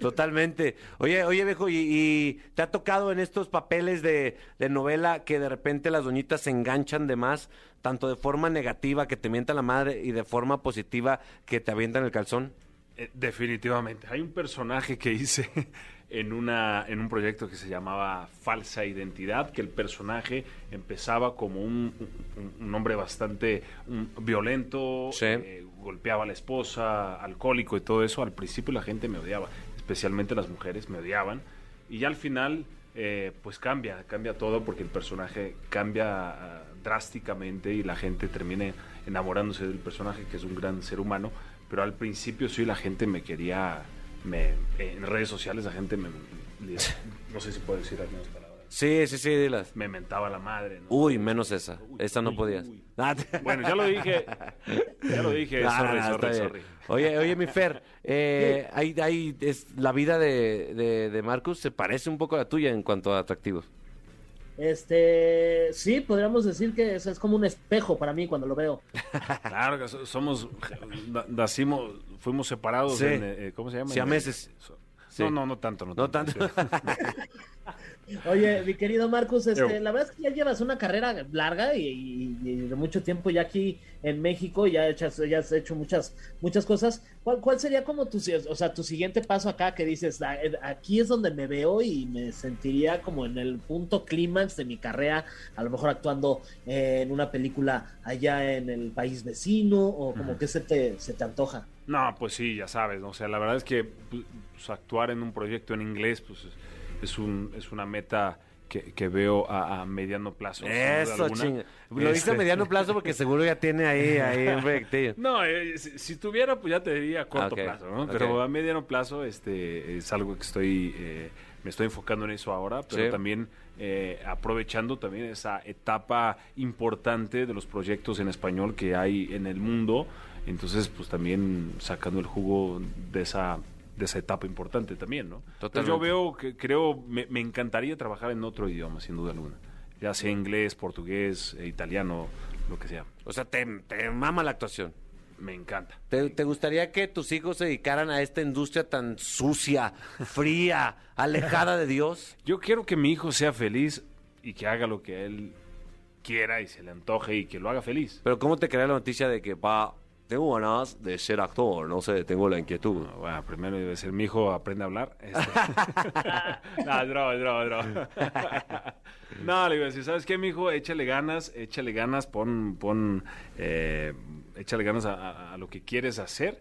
[SPEAKER 2] Totalmente. Oye, oye, viejo, ¿y, y te ha tocado en estos papeles de, de novela que de repente las doñitas se enganchan de más, tanto de forma negativa que te mienta la madre y de forma positiva que te avientan el calzón?
[SPEAKER 8] Eh, definitivamente. Hay un personaje que hice en, una, en un proyecto que se llamaba Falsa Identidad, que el personaje empezaba como un, un- un hombre bastante mm, violento,
[SPEAKER 2] Sí.
[SPEAKER 8] eh, golpeaba a la esposa, alcohólico y todo eso. Al principio la gente me odiaba, especialmente las mujeres me odiaban. Y ya al final, eh, pues cambia, cambia todo porque el personaje cambia ah, drásticamente y la gente termina enamorándose del personaje, que es un gran ser humano. Pero al principio sí, la gente me quería, me, en redes sociales la gente me, le- no sé si puedo decir algunas palabras,
[SPEAKER 2] Sí, sí, sí, dilas.
[SPEAKER 8] me mentaba la madre. ¿no?
[SPEAKER 2] Uy, menos esa.
[SPEAKER 8] Uy,
[SPEAKER 2] Esa no
[SPEAKER 8] uy,
[SPEAKER 2] podías.
[SPEAKER 8] uy.
[SPEAKER 2] Ah, te-
[SPEAKER 8] Bueno, ya lo dije, ya lo dije,
[SPEAKER 2] Ah,
[SPEAKER 8] sorry,
[SPEAKER 2] está
[SPEAKER 8] sorry,
[SPEAKER 2] bien.
[SPEAKER 8] sorry.
[SPEAKER 2] Oye, oye, mi Fer, eh, hay, hay- es, la vida de, de, de Marcus se parece un poco a la tuya en cuanto a atractivos.
[SPEAKER 3] Este, sí, podríamos decir que eso es como un espejo para mí cuando lo veo.
[SPEAKER 8] Claro, que so- somos, na- nacimos, fuimos separados,
[SPEAKER 2] Sí.
[SPEAKER 8] en, eh, ¿cómo se llama?
[SPEAKER 2] Siameses.
[SPEAKER 8] En- eh, so-
[SPEAKER 2] Sí.
[SPEAKER 8] No, no, no tanto, no,
[SPEAKER 2] No tanto.
[SPEAKER 3] Oye, mi querido Marcus, este,
[SPEAKER 8] Yo.
[SPEAKER 3] la verdad es que ya llevas una carrera larga y, y- y de mucho tiempo ya aquí en México, ya, echas- ya has hecho muchas, muchas cosas. ¿Cuál, cuál sería como tu, si- o sea, tu siguiente paso acá que dices, "Ah, eh, aquí es donde me veo y me sentiría como en el punto clímax de mi carrera, a lo mejor actuando eh, en una película allá en el país vecino o como que se te, se te antoja?
[SPEAKER 8] No, pues sí, ya sabes, ¿no? o sea, la verdad es que pues, actuar en un proyecto en inglés pues es- es, un, es una meta que, que veo a, a mediano plazo. sin duda
[SPEAKER 2] Eso,
[SPEAKER 8] alguna.
[SPEAKER 2] chinga. Lo hice a
[SPEAKER 8] Este-
[SPEAKER 2] mediano plazo porque seguro ya tiene ahí, ahí un proyectillo.
[SPEAKER 8] No, eh, si, si tuviera, pues ya te diría a corto
[SPEAKER 2] Ah, Ok,
[SPEAKER 8] plazo, ¿no?
[SPEAKER 2] ok.
[SPEAKER 8] Pero a mediano plazo este, es algo que estoy, eh, me estoy enfocando en eso ahora, pero
[SPEAKER 2] Sí.
[SPEAKER 8] también eh, aprovechando también esa etapa importante de los proyectos en español que hay en el mundo. Entonces, pues también sacando el jugo de esa de esa etapa importante también, ¿no? Entonces,
[SPEAKER 2] Totalmente.
[SPEAKER 8] yo veo que creo, me, me encantaría trabajar en otro idioma, sin duda alguna. Ya sea inglés, portugués, eh, italiano, lo que sea.
[SPEAKER 2] O sea, te, te mama la actuación.
[SPEAKER 8] Me encanta.
[SPEAKER 9] ¿Te, te gustaría que tus hijos se dedicaran a esta industria tan sucia, fría, alejada de Dios?
[SPEAKER 8] Yo quiero que mi hijo sea feliz y que haga lo que él quiera y se le antoje y que lo haga feliz.
[SPEAKER 2] Pero ¿cómo te crea la noticia de que va? Tengo ganas de ser actor, no sé, tengo la inquietud.
[SPEAKER 8] No, Bueno, primero debe ser mi hijo aprende a hablar. Este- no, es broma, es broma, es broma. no, le iba a decir, ¿sabes qué, mi hijo? Échale ganas, échale ganas, pon, pon, eh, échale ganas a, a- a lo que quieres hacer,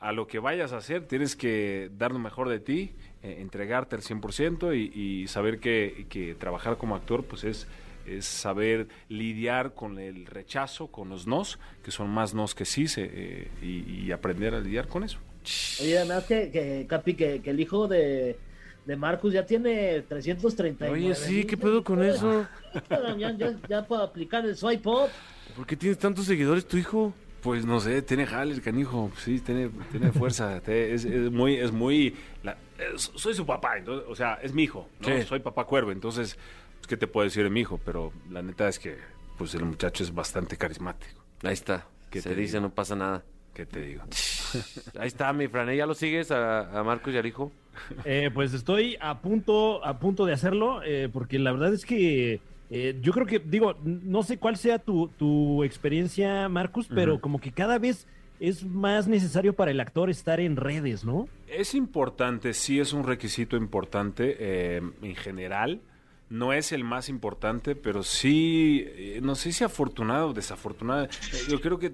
[SPEAKER 8] a lo que vayas a hacer, tienes que dar lo mejor de ti, eh, entregarte al 100% y, y saber que, que trabajar como actor, pues es es saber lidiar con el rechazo, con los nos, que son más nos que sí, eh, y- y aprender a lidiar con eso.
[SPEAKER 3] Oye, además que, que Capi, que, que el hijo de, de Marcus ya tiene 339.
[SPEAKER 9] Oye, sí,
[SPEAKER 3] mil.
[SPEAKER 9] ¿qué pedo con eso?
[SPEAKER 3] Ya, ya, ya para aplicar el swipe up.
[SPEAKER 9] ¿Por qué tienes tantos seguidores tu hijo?
[SPEAKER 8] Pues no sé, tiene jale el canijo, sí, tiene, tiene fuerza, te- es, es muy, es muy, la- es- soy su papá, entonces, o sea, es mi hijo, ¿no?
[SPEAKER 2] Sí.
[SPEAKER 8] soy papá cuervo, entonces, pues, ¿qué te puedo decir de mi hijo? Pero la neta es que, pues el muchacho es bastante carismático,
[SPEAKER 2] Ahí está.
[SPEAKER 8] ¿Qué
[SPEAKER 2] se
[SPEAKER 8] te
[SPEAKER 2] dice,
[SPEAKER 8] digo?
[SPEAKER 2] no pasa nada.
[SPEAKER 8] ¿qué te digo?
[SPEAKER 2] Ahí está, mi Frané. ¿Ya lo sigues a, a Marcos y al hijo?
[SPEAKER 4] Eh, pues estoy a punto, a punto de hacerlo, eh, porque la verdad es que eh, yo creo que, digo, no sé cuál sea tu, tu experiencia, Marcus, pero como que cada vez es más necesario para el actor estar en redes, ¿no?
[SPEAKER 8] Es importante, sí es un requisito importante eh, en general. No es el más importante, pero sí, eh, no sé si afortunado o desafortunado. Eh, Yo creo que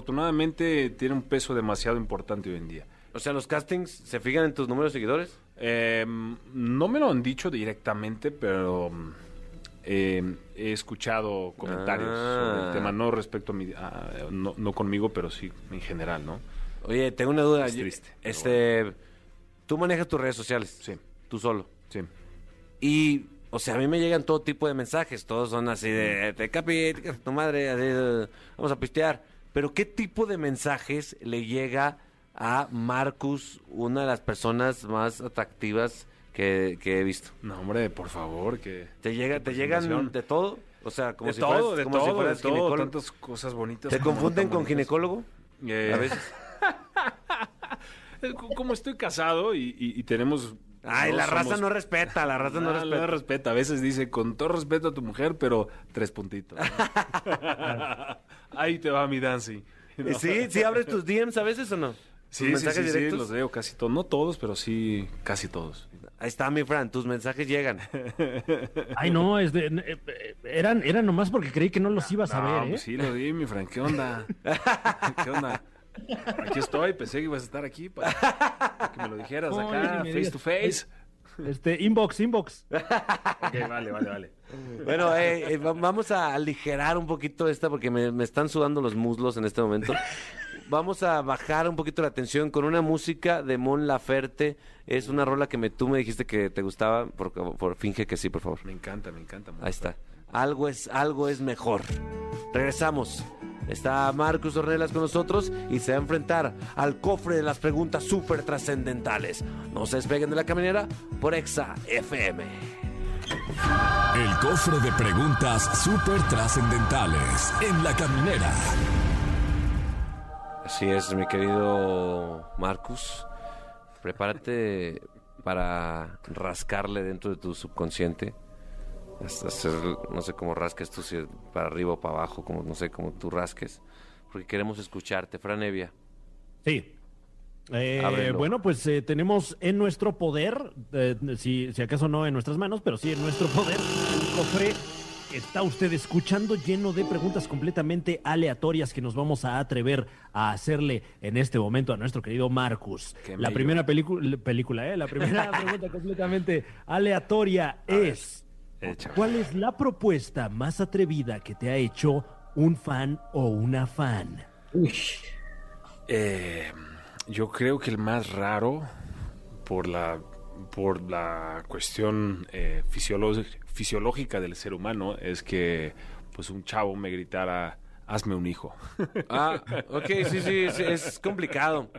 [SPEAKER 8] desafortunadamente tiene un peso demasiado importante hoy en día.
[SPEAKER 2] O sea, los castings se fijan en tus números de seguidores.
[SPEAKER 8] Eh, no me lo han dicho directamente, pero mm, eh, he escuchado comentarios sobre
[SPEAKER 2] Ah.
[SPEAKER 8] el tema, no respecto a mi, a- no, no conmigo, pero sí en general, ¿no?
[SPEAKER 2] Oye, tengo una duda.
[SPEAKER 8] Es
[SPEAKER 2] Yo-
[SPEAKER 8] triste, pero
[SPEAKER 2] Este, tú manejas tus redes sociales.
[SPEAKER 8] Sí.
[SPEAKER 2] Tú solo.
[SPEAKER 8] Sí.
[SPEAKER 2] Y, o sea, a mí me llegan todo tipo de mensajes. Todos son así de, "Eh, te capi, te capi tu madre, así de, vamos a pistear. Pero, ¿qué tipo de mensajes le llega a Marcus, una de las personas más atractivas que, que he visto?
[SPEAKER 8] No, hombre, por favor, que...
[SPEAKER 2] ¿Te, llega, te llegan
[SPEAKER 8] presentación.
[SPEAKER 2] de todo? O sea, como
[SPEAKER 8] de
[SPEAKER 2] si
[SPEAKER 8] todo,
[SPEAKER 2] fueras,
[SPEAKER 8] de
[SPEAKER 2] como
[SPEAKER 8] todo,
[SPEAKER 2] si fueras
[SPEAKER 8] de todo,
[SPEAKER 2] ginecólogo.
[SPEAKER 8] tantas cosas bonitas.
[SPEAKER 2] ¿Te
[SPEAKER 8] como
[SPEAKER 2] confunden
[SPEAKER 8] tan
[SPEAKER 2] con
[SPEAKER 8] bonitas.
[SPEAKER 2] ginecólogo?
[SPEAKER 8] Eh,
[SPEAKER 2] A veces.
[SPEAKER 8] eh, co- Como estoy casado y, y- y tenemos...
[SPEAKER 2] Ay,
[SPEAKER 8] no
[SPEAKER 2] la raza
[SPEAKER 8] somos-
[SPEAKER 2] no respeta, la raza no
[SPEAKER 8] Ah,
[SPEAKER 2] respeta.
[SPEAKER 8] No respeta. A veces dice, con todo respeto a tu mujer, pero tres puntitos. Ahí te va mi dancing.
[SPEAKER 2] ¿Y ¿Sí? ¿Sí abres tus DMs a veces o no?
[SPEAKER 8] Sí,
[SPEAKER 2] ¿Tus
[SPEAKER 8] sí,
[SPEAKER 2] mensajes
[SPEAKER 8] sí, sí,
[SPEAKER 2] directos?
[SPEAKER 8] los veo casi todos. No todos, pero sí casi todos.
[SPEAKER 2] Ahí está mi Fran, tus mensajes llegan.
[SPEAKER 4] Ay, no, es de- eh, eh, eran, eran nomás porque creí que no los ibas a
[SPEAKER 8] No,
[SPEAKER 4] ver, ¿eh?
[SPEAKER 8] pues sí, los vi, mi Frank. ¿Qué onda? ¿Qué onda? Aquí estoy, pensé que ibas a estar aquí para que me lo dijeras
[SPEAKER 4] Oye,
[SPEAKER 8] acá,
[SPEAKER 4] ni me
[SPEAKER 8] face to face.
[SPEAKER 4] Este, inbox, inbox.
[SPEAKER 8] Ok, vale, vale, vale.
[SPEAKER 2] Bueno, eh, eh, va- vamos a aligerar un poquito esta porque me, me están sudando los muslos en este momento. Vamos a bajar un poquito la tensión con una música de Mon Laferte. Es una rola que me, tú me dijiste que te gustaba. Por, por- finge que sí, por favor.
[SPEAKER 8] Me encanta, me encanta.
[SPEAKER 2] Ahí está. Algo es, algo es mejor. Regresamos. Está Marcus Ornelas con nosotros y se va a enfrentar al cofre de las preguntas súper trascendentales. No se despeguen de la caminera por Exa FM.
[SPEAKER 1] El cofre de preguntas súper trascendentales en la caminera.
[SPEAKER 2] Así es, mi querido Marcus. Prepárate para rascarle dentro de tu subconsciente. Hasta hacer, no sé cómo rasques tú, si para arriba o para abajo, como, no sé cómo tú rasques. Porque queremos escucharte, Fran Evia.
[SPEAKER 4] Sí. Eh,
[SPEAKER 2] Ábrelo.
[SPEAKER 4] bueno, pues eh, tenemos en nuestro poder, eh, si, si acaso no en nuestras manos, pero sí en nuestro poder, un cofre que está usted escuchando lleno de preguntas completamente aleatorias que nos vamos a atrever a hacerle en este momento a nuestro querido Marcus.
[SPEAKER 8] Qué
[SPEAKER 4] La
[SPEAKER 8] bello.
[SPEAKER 4] primera pelicu- película, eh, la primera pregunta completamente aleatoria es... ¿Cuál es la propuesta más atrevida que te ha hecho un fan o una fan?
[SPEAKER 8] Eh, yo creo que el más raro por la por la cuestión eh, fisiolo- fisiológica del ser humano es que pues un chavo me gritara hazme un hijo.
[SPEAKER 10] Ah, ok, sí, sí, sí, es complicado.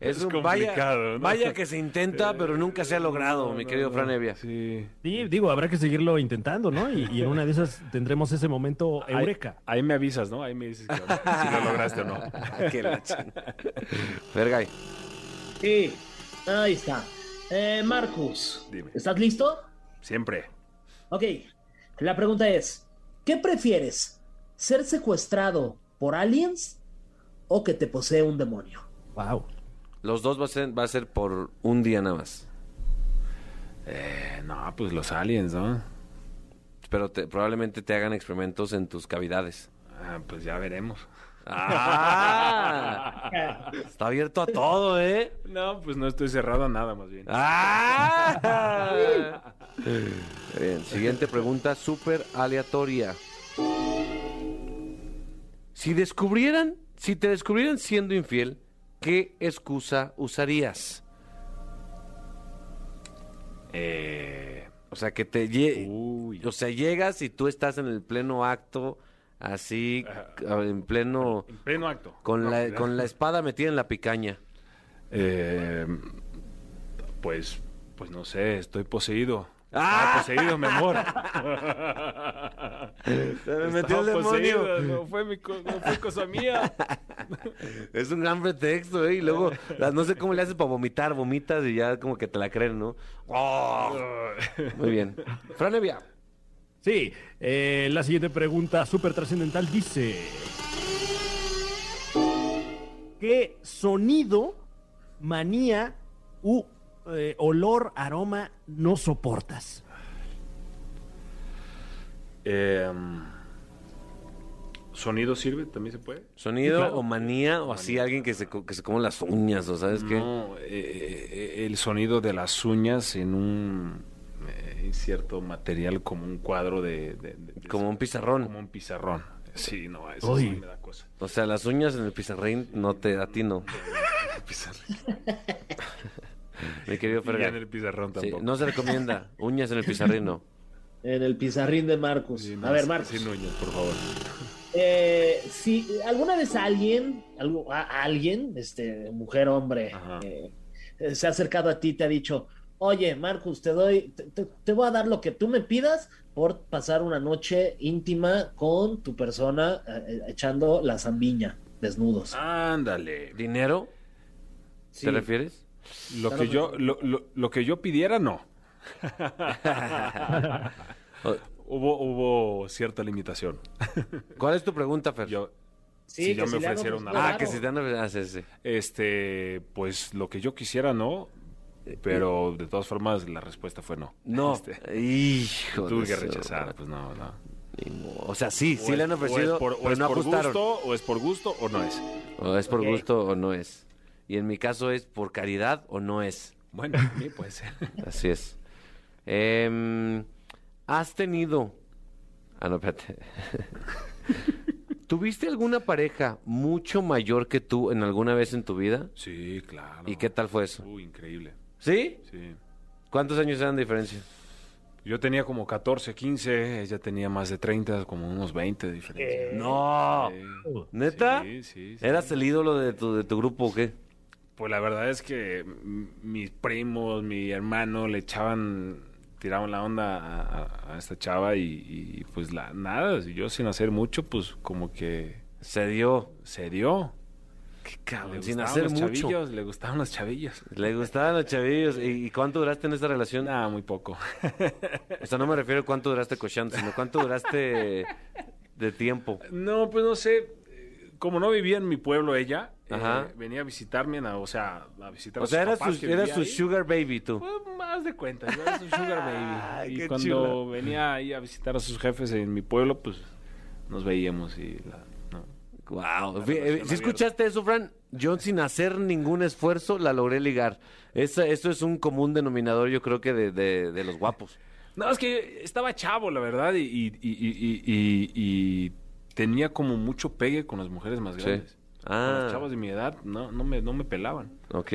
[SPEAKER 10] Es,
[SPEAKER 8] Es
[SPEAKER 10] un
[SPEAKER 8] complicado,
[SPEAKER 10] vaya,
[SPEAKER 8] ¿no? Eh,
[SPEAKER 10] vaya que se intenta, pero nunca se ha logrado, mi querido Fran Evia.
[SPEAKER 8] Sí.
[SPEAKER 4] Sí, digo, habrá que seguirlo intentando, ¿no? Y, y en una de esas tendremos ese momento eureka.
[SPEAKER 8] Ahí, ahí me avisas, ¿no? Ahí me dices que- si lo lograste o no.
[SPEAKER 10] Qué la chingada.
[SPEAKER 2] Fergay,
[SPEAKER 3] Sí, ahí está. Eh, Marcus,
[SPEAKER 8] Dime.
[SPEAKER 3] ¿estás listo?
[SPEAKER 8] Siempre.
[SPEAKER 3] Ok, la pregunta es, ¿qué prefieres? ¿Ser secuestrado por aliens o que te posee un demonio?
[SPEAKER 4] Wow.
[SPEAKER 2] los dos va a ser, va a ser por un día nada más.
[SPEAKER 8] Eh, no, pues los aliens, ¿no?
[SPEAKER 2] Pero te- probablemente te hagan experimentos en tus cavidades.
[SPEAKER 8] Ah, pues ya veremos.
[SPEAKER 2] ¡Ah! Está abierto a todo, ¿eh?
[SPEAKER 8] No, pues no estoy cerrado a nada, más bien.
[SPEAKER 2] ¡Ah! Bien, siguiente pregunta súper aleatoria. Si descubrieran, si te descubrieran siendo infiel, ¿qué excusa usarías?
[SPEAKER 8] Eh,
[SPEAKER 2] O sea, que te lle-
[SPEAKER 8] uy.
[SPEAKER 2] o sea, llegas y tú estás en el pleno acto, así, en pleno...
[SPEAKER 8] Ah. En pleno acto.
[SPEAKER 2] Con,
[SPEAKER 8] No,
[SPEAKER 2] la,
[SPEAKER 8] ya.
[SPEAKER 2] con la espada metida en la picaña.
[SPEAKER 8] Eh, pues, pues no sé, estoy poseído.
[SPEAKER 2] ¡Ah!
[SPEAKER 8] Ah, poseído, mi amor.
[SPEAKER 10] Se me
[SPEAKER 8] Estaba
[SPEAKER 10] metió el
[SPEAKER 8] poseído,
[SPEAKER 10] demonio.
[SPEAKER 8] No fue, mi co- no fue cosa mía.
[SPEAKER 2] Es un gran pretexto, ¿eh? Y luego, la- no sé cómo le haces para vomitar, vomitas y ya como que te la creen, ¿no? ¡Oh! Muy bien. Fran Evia,
[SPEAKER 4] Sí, eh, la siguiente pregunta súper trascendental dice... ¿Qué sonido, manía u eh, olor, aroma no soportas?
[SPEAKER 8] Em, ¿Sonido sirve? ¿También se puede?
[SPEAKER 2] ¿sonido
[SPEAKER 8] Sí, claro.
[SPEAKER 2] o manía o así alguien que se, co- que se come las uñas o sabes qué?
[SPEAKER 8] No, eh, eh, el sonido de las uñas en un eh, cierto material como un cuadro de... de- de- de-
[SPEAKER 2] Como un pizarrón.
[SPEAKER 8] Como un pizarrón. Sí, no, eso
[SPEAKER 4] Uy.
[SPEAKER 8] sí me da cosa.
[SPEAKER 2] O sea, las uñas en el pizarrín no te, a ti no.
[SPEAKER 8] Pizarrón.
[SPEAKER 2] Mi querido
[SPEAKER 8] Y en
[SPEAKER 2] Fergay.
[SPEAKER 8] el pizarrón
[SPEAKER 2] Sí,
[SPEAKER 8] tampoco.
[SPEAKER 2] no se recomienda. Uñas en el pizarrín, no.
[SPEAKER 3] En el pizarrín de Marcus.
[SPEAKER 8] Sí, no,
[SPEAKER 3] A ver,
[SPEAKER 8] sí,
[SPEAKER 3] Marcus.
[SPEAKER 8] Sin uñas, por favor.
[SPEAKER 3] Eh, si alguna vez alguien, algo, a- alguien, este, mujer, hombre,
[SPEAKER 8] Ajá.
[SPEAKER 3] eh, eh, se ha acercado a ti y te ha dicho, oye, Marcus, te doy, te, te- te voy a dar lo que tú me pidas por pasar una noche íntima con tu persona eh, eh, echando la zambiña, desnudos.
[SPEAKER 8] Ah, Ándale.
[SPEAKER 2] ¿Dinero?
[SPEAKER 3] Sí.
[SPEAKER 2] ¿Te refieres?
[SPEAKER 8] Lo
[SPEAKER 3] Claro
[SPEAKER 8] que
[SPEAKER 3] que
[SPEAKER 8] yo,
[SPEAKER 3] sí.
[SPEAKER 8] lo, lo- lo que yo pidiera, no.
[SPEAKER 2] O-
[SPEAKER 8] Hubo, hubo cierta limitación.
[SPEAKER 2] ¿Cuál es tu pregunta, Fer?
[SPEAKER 8] Yo,
[SPEAKER 3] Sí,
[SPEAKER 8] si
[SPEAKER 3] que
[SPEAKER 8] yo me
[SPEAKER 3] si le hago,
[SPEAKER 8] ofreciera
[SPEAKER 3] pues,
[SPEAKER 8] una-
[SPEAKER 2] ah,
[SPEAKER 3] claro.
[SPEAKER 2] que si te han... Ah, sí, sí.
[SPEAKER 8] este, pues lo que yo quisiera, no. Pero de todas formas, la respuesta fue no.
[SPEAKER 2] Eh, No.
[SPEAKER 8] Este,
[SPEAKER 2] Hijo
[SPEAKER 8] tuve
[SPEAKER 2] de
[SPEAKER 8] que
[SPEAKER 2] su-
[SPEAKER 8] rechazar, pues no, no.
[SPEAKER 2] Ni mo- O sea, sí, sí
[SPEAKER 8] O
[SPEAKER 2] le
[SPEAKER 8] es-
[SPEAKER 2] han ofrecido,
[SPEAKER 8] o es por, o
[SPEAKER 2] pero
[SPEAKER 8] es
[SPEAKER 2] no
[SPEAKER 8] por
[SPEAKER 2] ajustaron.
[SPEAKER 8] gusto, o es por gusto, o no es.
[SPEAKER 2] O es por
[SPEAKER 3] Ok.
[SPEAKER 2] gusto o no es. Y en mi caso es por caridad o no es.
[SPEAKER 8] Bueno, a mí puede ser.
[SPEAKER 2] Así es. Em, ¿Has tenido... Ah, no, espérate. ¿Tuviste alguna pareja mucho mayor que tú en alguna vez en tu vida?
[SPEAKER 8] Sí, claro.
[SPEAKER 2] ¿Y qué tal fue eso?
[SPEAKER 8] Uy, increíble.
[SPEAKER 2] ¿Sí?
[SPEAKER 8] Sí.
[SPEAKER 2] ¿Cuántos años eran de diferencia?
[SPEAKER 8] Yo tenía como 14, 15, ella tenía más de 30, como unos 20 de diferencia.
[SPEAKER 4] Eh,
[SPEAKER 2] ¡No!
[SPEAKER 8] Sí.
[SPEAKER 2] ¿Neta?
[SPEAKER 8] Sí, sí, sí.
[SPEAKER 2] ¿Eras el ídolo de tu, de tu grupo o qué?
[SPEAKER 8] Pues la verdad es que m- mis primos, mi hermano le echaban, tiraban la onda a, a- a esta chava y, y, pues la, nada, yo sin hacer mucho, pues como que
[SPEAKER 2] Se dio.
[SPEAKER 8] se dio.
[SPEAKER 2] Qué
[SPEAKER 8] Le
[SPEAKER 2] cabrón, sin
[SPEAKER 8] gustaban
[SPEAKER 2] hacer
[SPEAKER 8] los
[SPEAKER 2] mucho.
[SPEAKER 8] chavillos, le gustaban los chavillos.
[SPEAKER 2] Le gustaban los chavillos. ¿Y y cuánto duraste en esta relación?
[SPEAKER 8] Nada, muy poco.
[SPEAKER 2] O sea, no me refiero a cuánto duraste cochando, sino cuánto duraste de tiempo.
[SPEAKER 8] No, pues no sé. eh, Como no vivía en mi pueblo ella, eh,
[SPEAKER 2] Ajá.
[SPEAKER 8] venía a visitarme, na- o sea, a visitar a
[SPEAKER 2] O sea,
[SPEAKER 8] sus
[SPEAKER 2] eras
[SPEAKER 8] papás
[SPEAKER 2] su,
[SPEAKER 8] que
[SPEAKER 2] eras
[SPEAKER 8] vivía
[SPEAKER 2] su
[SPEAKER 8] ahí.
[SPEAKER 2] sugar baby tú.
[SPEAKER 8] Pues más de cuenta, yo era su sugar
[SPEAKER 10] Ah,
[SPEAKER 8] baby.
[SPEAKER 10] qué
[SPEAKER 8] Y cuando
[SPEAKER 10] chula.
[SPEAKER 8] venía ahí a visitar a sus jefes en mi pueblo, pues nos veíamos y la- no.
[SPEAKER 2] Wow.
[SPEAKER 8] Una relación
[SPEAKER 2] Si eh, escuchaste eso, Fran, yo sin hacer ningún esfuerzo la logré ligar. Esa- Eso, es un común denominador, yo creo que de, de- de los guapos.
[SPEAKER 8] No, es que estaba chavo, la verdad, y, y- y- y- y- y tenía como mucho pegue con las mujeres más
[SPEAKER 2] Sí.
[SPEAKER 8] grandes. Con
[SPEAKER 2] Ah.
[SPEAKER 8] las chavas de mi edad no, no, me, no me pelaban.
[SPEAKER 2] Ok.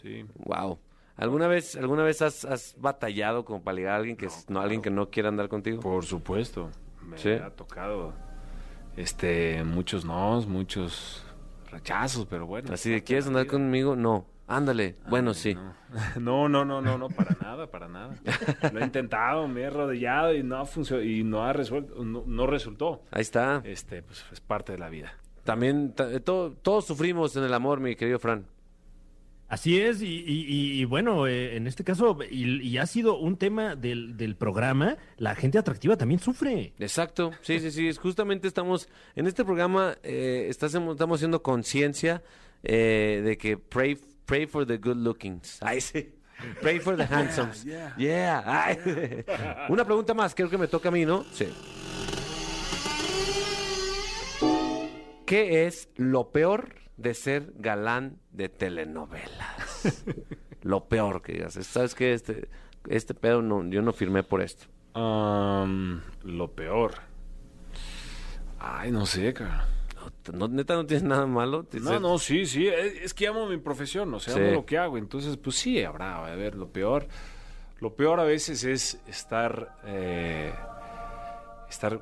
[SPEAKER 8] Sí.
[SPEAKER 2] Wow. ¿Alguna vez, alguna vez has, has batallado como para ligar a alguien que, s- no, alguien que no quiera andar contigo?
[SPEAKER 8] Por supuesto, me
[SPEAKER 2] Sí.
[SPEAKER 8] ha tocado. Este, muchos no, muchos rechazos, pero bueno.
[SPEAKER 2] Así de, ¿quieres andar conmigo? No. Ándale. Bueno, sí.
[SPEAKER 8] Ah, No, no, no, no, no, para nada, para nada. Lo he intentado, me he rodeado y no ha funcionado, y no ha resuelto, no, no resultó.
[SPEAKER 2] Ahí está.
[SPEAKER 8] Este, pues es parte de la vida.
[SPEAKER 2] También, ta- eh, todo- todos sufrimos en el amor, mi querido Fran.
[SPEAKER 4] Así es, y, y- y- y bueno, eh, en este caso, y, y ha sido un tema del, del programa, la gente atractiva también sufre.
[SPEAKER 2] Exacto, sí, sí, sí, es justamente estamos, en este programa eh, estás- estamos haciendo conciencia eh, de que pray, pray for the good lookings, ay sí, pray for the handsomes, yeah, Ay. una pregunta más, creo que me toca a mí, ¿no? Sí. ¿Qué es lo peor de ser galán de telenovelas? lo peor que digas, ¿sabes qué? Este, este pedo no, yo no firmé por esto.
[SPEAKER 8] Am, lo peor. Ay, no sé, cara.
[SPEAKER 2] No, neta, no tienes nada malo. Te-
[SPEAKER 8] No, no, sí, sí. Es, es que amo mi profesión, o sea,
[SPEAKER 2] Sí.
[SPEAKER 8] amo lo que hago. Entonces, pues sí, habrá, a ver, lo peor. Lo peor a veces es estar. eh, estar,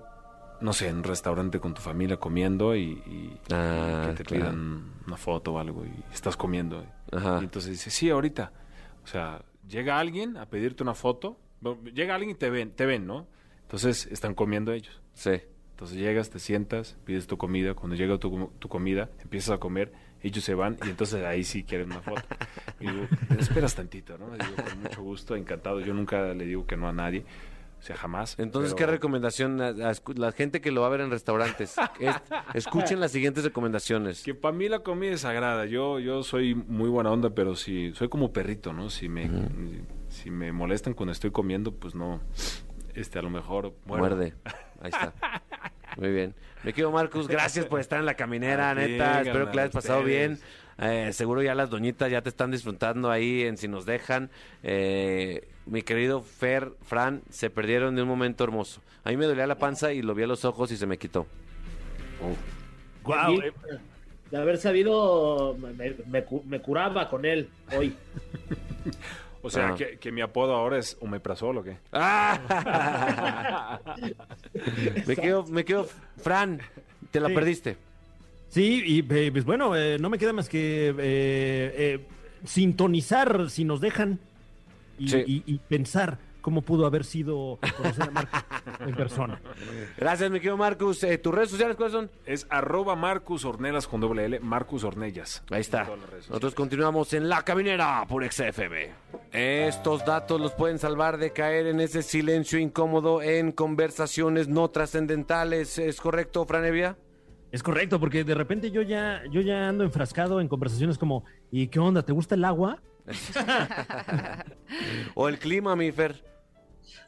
[SPEAKER 8] no sé, en un restaurante con tu familia comiendo y, y- y
[SPEAKER 2] Ah,
[SPEAKER 8] que te
[SPEAKER 2] claro.
[SPEAKER 8] pidan una foto o algo y estás comiendo.
[SPEAKER 2] Ajá.
[SPEAKER 8] Y entonces dices, sí, ahorita. O sea, llega alguien a pedirte una foto. bueno, Llega alguien y te ven, te ven, ¿no? Entonces están comiendo ellos.
[SPEAKER 2] Sí.
[SPEAKER 8] Entonces llegas, te sientas, pides tu comida. Cuando llega tu, com- tu comida, empiezas a comer, ellos se van y entonces ahí sí quieren una foto. Y digo, "Te esperas tantito, ¿no? Digo, con mucho gusto, encantado. Yo nunca le digo que no a nadie. O sea, jamás.
[SPEAKER 2] Entonces,
[SPEAKER 8] pero-
[SPEAKER 2] ¿qué recomendación? a- a escu- la gente que lo va a ver en restaurantes, es- escuchen las siguientes recomendaciones.
[SPEAKER 8] Que para mí la comida es sagrada. Yo, yo soy muy buena onda, pero si soy como perrito, ¿no? Si me, si me molestan cuando estoy comiendo, pues no. Este, a lo mejor muerdo.
[SPEAKER 2] Muerde. Ahí está. Muy bien. Me quedo, Marcus. Gracias por estar en la caminera,
[SPEAKER 8] A ti,
[SPEAKER 2] neta. Espero que la hayas
[SPEAKER 8] carnal,
[SPEAKER 2] pasado bien.
[SPEAKER 8] ustedes.
[SPEAKER 2] Eh, seguro ya las doñitas ya te están disfrutando ahí en Si Nos Dejan. Eh, mi querido Fer, Fran, se perdieron de un momento hermoso. A mí me dolía la panza y lo vi a los ojos y se me quitó.
[SPEAKER 4] Guau, eh,
[SPEAKER 3] Y- De haber sabido, me, me cu- me curaba con él hoy.
[SPEAKER 8] O sea,
[SPEAKER 2] Ah.
[SPEAKER 8] que, que mi apodo ahora es omeprazol, ¿o qué?
[SPEAKER 2] ¡Ah! me, quedo, me quedo, Fran, te la
[SPEAKER 4] Sí.
[SPEAKER 2] perdiste.
[SPEAKER 4] Sí, y eh, pues bueno, eh, no me queda más que eh, eh, sintonizar si nos dejan y,
[SPEAKER 2] Sí.
[SPEAKER 4] y- y pensar cómo pudo haber sido conocer a Marcos en persona.
[SPEAKER 2] Gracias, mi querido Marcus. Eh, ¿Tus redes sociales cuáles son?
[SPEAKER 8] Es arroba Marcus Ornelas con doble L, Marcus Ornellas.
[SPEAKER 2] Ahí está.
[SPEAKER 8] En todas las redes sociales.
[SPEAKER 2] Nosotros continuamos en La Caminera por XFM. Estos datos los pueden salvar de caer en ese silencio incómodo en conversaciones no trascendentales. ¿Es correcto, Franevia?
[SPEAKER 4] Es correcto, porque de repente yo ya, yo ya ando enfrascado en conversaciones como, ¿y qué onda? ¿Te gusta el agua?
[SPEAKER 2] ¿O el clima, mi Fer?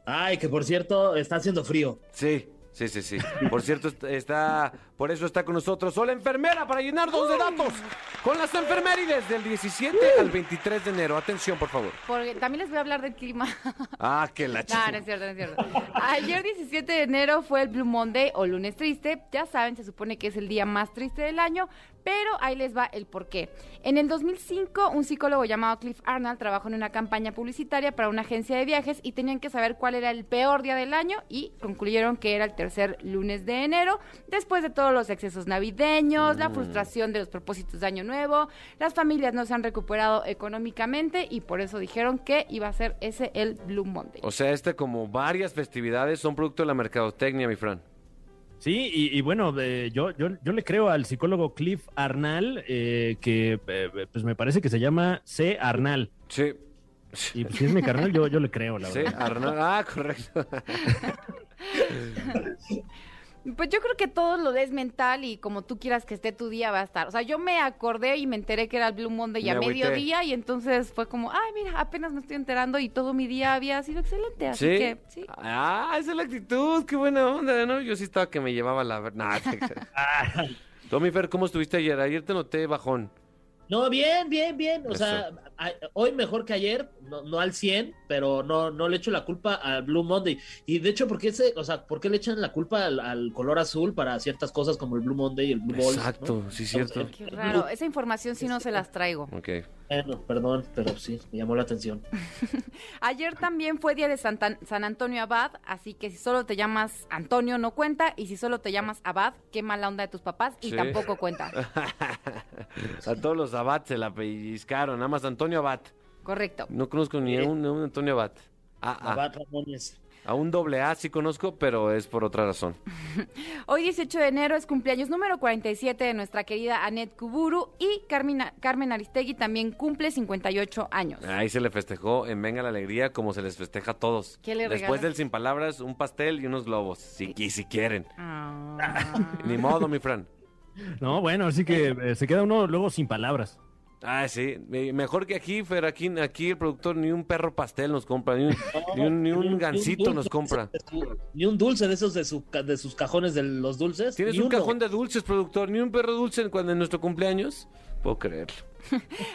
[SPEAKER 3] Ay, que por cierto, está haciendo frío.
[SPEAKER 2] Sí, sí, sí, sí. Por cierto, est- está, por eso está con nosotros Hola Enfermera para llenarnos de datos con las enfermerides del 17 al 23 de enero. Atención, por favor.
[SPEAKER 11] Porque también les voy a hablar del clima.
[SPEAKER 2] Ah, que la
[SPEAKER 11] No,
[SPEAKER 2] chica.
[SPEAKER 11] no es cierto, no es cierto. Ayer 17 de enero fue el Blue Monday o lunes triste. Ya saben, se supone que es el día más triste del año, pero ahí les va el porqué. En el 2005, un psicólogo llamado Cliff Arnold trabajó en una campaña publicitaria para una agencia de viajes y tenían que saber cuál era el peor día del año y concluyeron que era el tercer lunes de enero, después de todos los excesos navideños, la frustración de los propósitos de año nuevo, las familias no se han recuperado económicamente y por eso dijeron que iba a ser ese el Blue Monday.
[SPEAKER 2] O sea, este como varias festividades son producto de la mercadotecnia, mi Fran.
[SPEAKER 4] Sí, y, y bueno, de- yo, yo, yo le creo al psicólogo Cliff Arnal, eh, que eh, pues me parece que se llama C. Arnal.
[SPEAKER 2] Sí.
[SPEAKER 4] Y pues, si es mi carnal, yo, yo le creo, la
[SPEAKER 2] Sí,
[SPEAKER 4] verdad.
[SPEAKER 2] Arnal- Ah, correcto.
[SPEAKER 11] Pues yo creo que todo lo es mental y como tú quieras que esté tu día va a estar. O sea, yo me acordé y me enteré que era el Blue Monday
[SPEAKER 2] Me
[SPEAKER 11] a
[SPEAKER 2] agüité.
[SPEAKER 11] mediodía y entonces fue como, ay, mira, apenas me estoy enterando y todo mi día había sido excelente. Así
[SPEAKER 2] ¿Sí?
[SPEAKER 11] que, sí.
[SPEAKER 2] Ah, esa es la actitud. Qué buena onda, ¿no? Yo sí estaba que me llevaba la verdad. Tommy Fer, ¿cómo estuviste ayer? Ayer te noté bajón.
[SPEAKER 3] No, bien, bien, bien. O
[SPEAKER 2] Eso.
[SPEAKER 3] sea, a- hoy mejor que ayer, no, no al 100, pero no, no le echo la culpa al Blue Monday. Y de hecho, ¿por qué, se, o sea, ¿por qué le echan la culpa al, al color azul para ciertas cosas como el Blue Monday y el Blue Ball?
[SPEAKER 2] Exacto, sí, cierto.
[SPEAKER 11] Qué raro, esa información sí no se las traigo.
[SPEAKER 2] Ok.
[SPEAKER 3] Bueno, perdón, pero sí, me llamó la atención.
[SPEAKER 11] Ayer también fue día de Santa- San Antonio Abad, así que si solo te llamas Antonio no cuenta, y si solo te llamas Abad, qué mala onda de tus papás, y
[SPEAKER 2] Sí.
[SPEAKER 11] tampoco cuenta.
[SPEAKER 2] A todos los Abad se la pellizcaron, nada más Antonio Abad.
[SPEAKER 11] Correcto.
[SPEAKER 2] No conozco ni a un, a un Antonio Abad. Ah, ah.
[SPEAKER 3] Abad Ramones.
[SPEAKER 2] A un doble A sí conozco, pero es por otra razón.
[SPEAKER 11] Hoy 18 de enero es cumpleaños número 47 de nuestra querida Anet Kuburu y Carmina- Carmen Aristegui también cumple 58 años.
[SPEAKER 2] Ahí se le festejó en Venga la Alegría como se les festeja a todos.
[SPEAKER 11] ¿Qué le
[SPEAKER 2] Después
[SPEAKER 11] regalas?
[SPEAKER 2] del Sin Palabras, un pastel y unos globos. Si, y si quieren.
[SPEAKER 11] Ah.
[SPEAKER 2] Ni modo, mi Fran.
[SPEAKER 4] No, bueno, así que eh, se queda uno luego sin palabras.
[SPEAKER 2] Ah, sí. Me- Mejor que aquí, Fer. Aquí, aquí el productor ni un perro pastel nos compra, ni un, ni un, ni un gansito
[SPEAKER 3] dulce
[SPEAKER 2] nos
[SPEAKER 3] de
[SPEAKER 2] compra.
[SPEAKER 3] esos de su- Ni un dulce de esos de, su, ca- de sus cajones de los dulces.
[SPEAKER 2] ¿Tienes
[SPEAKER 3] ni
[SPEAKER 2] un
[SPEAKER 3] uno.
[SPEAKER 2] cajón de dulces, productor? ¿Ni un perro dulce en- cuando en nuestro cumpleaños? Puedo creerlo.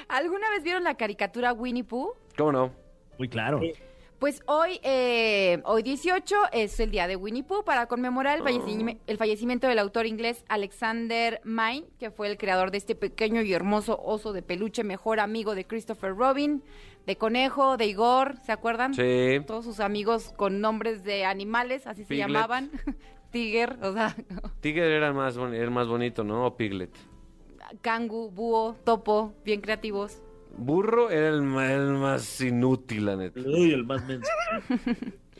[SPEAKER 11] ¿Alguna vez vieron la caricatura Winnie Pooh?
[SPEAKER 2] ¿Cómo no?
[SPEAKER 4] Muy claro.
[SPEAKER 11] Pues hoy, eh, hoy 18 es el día de Winnie Pooh para conmemorar el, fallecim-
[SPEAKER 2] Oh.
[SPEAKER 11] el fallecimiento del autor inglés Alexander Mine, que fue el creador de este pequeño y hermoso oso de peluche, mejor amigo de Christopher Robin, de Conejo, de Igor, ¿se acuerdan?
[SPEAKER 2] Sí.
[SPEAKER 11] Todos sus amigos con nombres de animales, así se
[SPEAKER 2] Piglet.
[SPEAKER 11] llamaban. Tiger, o sea,
[SPEAKER 2] Tigre era más, boni- era más bonito, ¿no? O Piglet.
[SPEAKER 11] Kangu, Búho, Topo, bien creativos.
[SPEAKER 2] Burro era el, ma- el más inútil, la neta.
[SPEAKER 3] Uy, el más menso.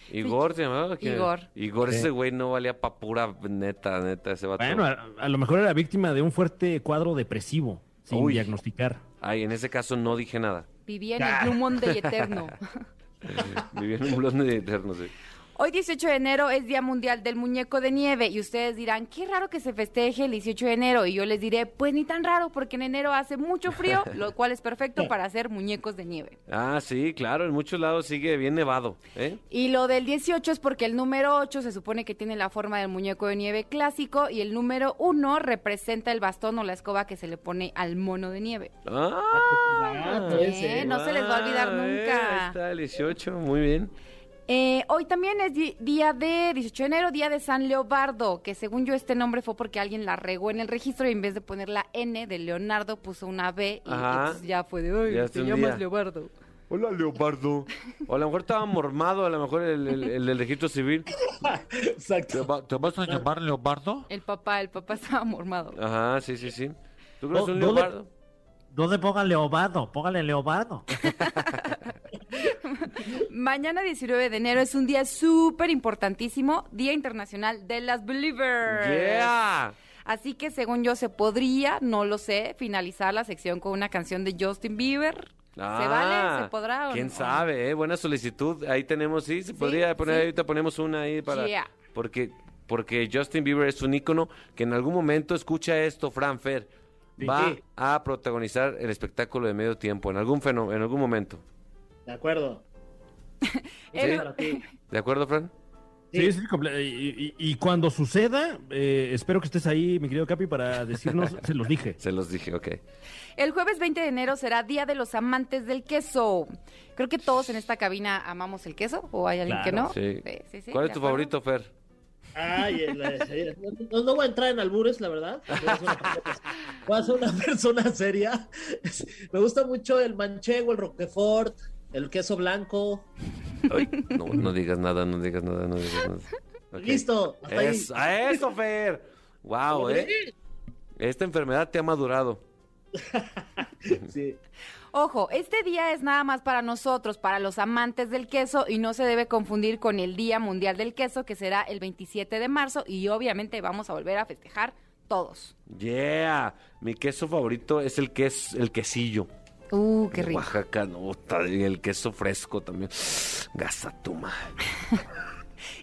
[SPEAKER 2] Igor se llamaba. ¿Quién era?
[SPEAKER 11] Igor.
[SPEAKER 2] Igor, ese güey no valía pa' pura neta, neta, ese vato.
[SPEAKER 4] Bueno, a, a lo mejor era víctima de un fuerte cuadro depresivo, sin
[SPEAKER 2] Uy.
[SPEAKER 4] diagnosticar.
[SPEAKER 2] Ay, en ese caso no dije nada.
[SPEAKER 11] Vivía en el Blue Monday eterno.
[SPEAKER 2] Vivía en un blonde de eterno, sí.
[SPEAKER 11] Hoy 18 de enero es Día Mundial del Muñeco de Nieve y ustedes dirán, qué raro que se festeje el 18 de enero y yo les diré, pues ni tan raro porque en enero hace mucho frío, lo cual es perfecto para hacer muñecos de nieve.
[SPEAKER 2] Ah, sí, claro, en muchos lados sigue bien nevado, ¿eh?
[SPEAKER 11] Y lo del 18 es porque el número 8 se supone que tiene la forma del muñeco de nieve clásico y el número 1 representa el bastón o la escoba que se le pone al mono de nieve.
[SPEAKER 2] Ah,
[SPEAKER 3] Ah, puede ser.
[SPEAKER 11] Eh, no se les va a olvidar
[SPEAKER 2] Ah, eh,
[SPEAKER 11] nunca.
[SPEAKER 2] ahí está el 18, muy bien.
[SPEAKER 11] Eh, hoy también es di- día de 18 de enero, día de San Leobardo, que según yo este nombre fue porque alguien la regó en el registro y en vez de poner la N de Leonardo puso una B y
[SPEAKER 2] Ajá.
[SPEAKER 11] entonces ya fue de hoy.
[SPEAKER 2] Ya es
[SPEAKER 11] Te
[SPEAKER 2] un
[SPEAKER 11] llamas
[SPEAKER 2] día.
[SPEAKER 11] Leobardo.
[SPEAKER 2] Hola, Leopardo. O a lo mejor estaba mormado, a lo mejor el, el, el del registro civil.
[SPEAKER 3] Exacto.
[SPEAKER 2] vas a llamar Leopardo?
[SPEAKER 11] El papá, el papá estaba mormado.
[SPEAKER 2] Ajá, sí, sí, sí. ¿Tú crees
[SPEAKER 4] No,
[SPEAKER 2] un
[SPEAKER 4] no le-
[SPEAKER 2] leopardo?
[SPEAKER 4] ¿Dónde ponga Leobardo? Póngale Leobardo.
[SPEAKER 11] Mañana 19 de enero es un día súper importantísimo, Día Internacional de las Believers.
[SPEAKER 2] ¡Yeah!
[SPEAKER 11] Así que según yo se podría, no lo sé, finalizar la sección con una canción de Justin Bieber. ¿Se vale?
[SPEAKER 2] Ah,
[SPEAKER 11] ¿Se podrá? o
[SPEAKER 2] ¿Quién
[SPEAKER 11] no?
[SPEAKER 2] sabe? eh? Buena solicitud. Ahí tenemos, sí, se
[SPEAKER 11] Sí,
[SPEAKER 2] podría poner,
[SPEAKER 11] sí.
[SPEAKER 2] ahorita ponemos una ahí para...
[SPEAKER 11] Yeah.
[SPEAKER 2] Porque, porque Justin Bieber es un ícono que en algún momento, escucha esto, Fran Fer, va a protagonizar el espectáculo de medio tiempo, en algún fenómeno, en algún momento.
[SPEAKER 3] De acuerdo.
[SPEAKER 11] El-
[SPEAKER 3] Para ti.
[SPEAKER 2] ¿De acuerdo, Fran?
[SPEAKER 4] Sí, sí, comple- y, y- y cuando suceda, eh, espero que estés ahí, mi querido Capi, para decirnos, se los dije.
[SPEAKER 2] Se los dije, ok.
[SPEAKER 11] El jueves 20 de enero será Día de los Amantes del Queso. Creo que todos en esta cabina amamos el queso, o hay alguien que
[SPEAKER 4] Claro,
[SPEAKER 11] no.
[SPEAKER 2] Sí.
[SPEAKER 11] Eh, sí, sí,
[SPEAKER 2] ¿Cuál
[SPEAKER 11] de
[SPEAKER 2] es tu favorito,
[SPEAKER 11] acuerdo.
[SPEAKER 2] Fer?
[SPEAKER 3] Ay, el- el- el- no, no voy a entrar en albures, la verdad. Voy a ser una- voy a ser una persona seria. Me gusta mucho el manchego, el roquefort, el queso blanco.
[SPEAKER 2] Ay, no, no digas nada, no digas nada, no digas nada. Ok.
[SPEAKER 3] Listo. Hasta ahí.
[SPEAKER 2] Eso, a eso, Fer. Wow,
[SPEAKER 3] Logré.
[SPEAKER 2] eh. Esta enfermedad te ha madurado.
[SPEAKER 3] Sí.
[SPEAKER 11] Ojo, este día es nada más para nosotros, para los amantes del queso, y no se debe confundir con el Día Mundial del Queso, que será el 27 de marzo, y obviamente vamos a volver a festejar todos.
[SPEAKER 2] Yeah. Mi queso favorito es el queso, el quesillo.
[SPEAKER 11] Uh, qué
[SPEAKER 2] de
[SPEAKER 11] rico.
[SPEAKER 2] Oaxaca, no, puta, y el queso fresco también. Gazatuma.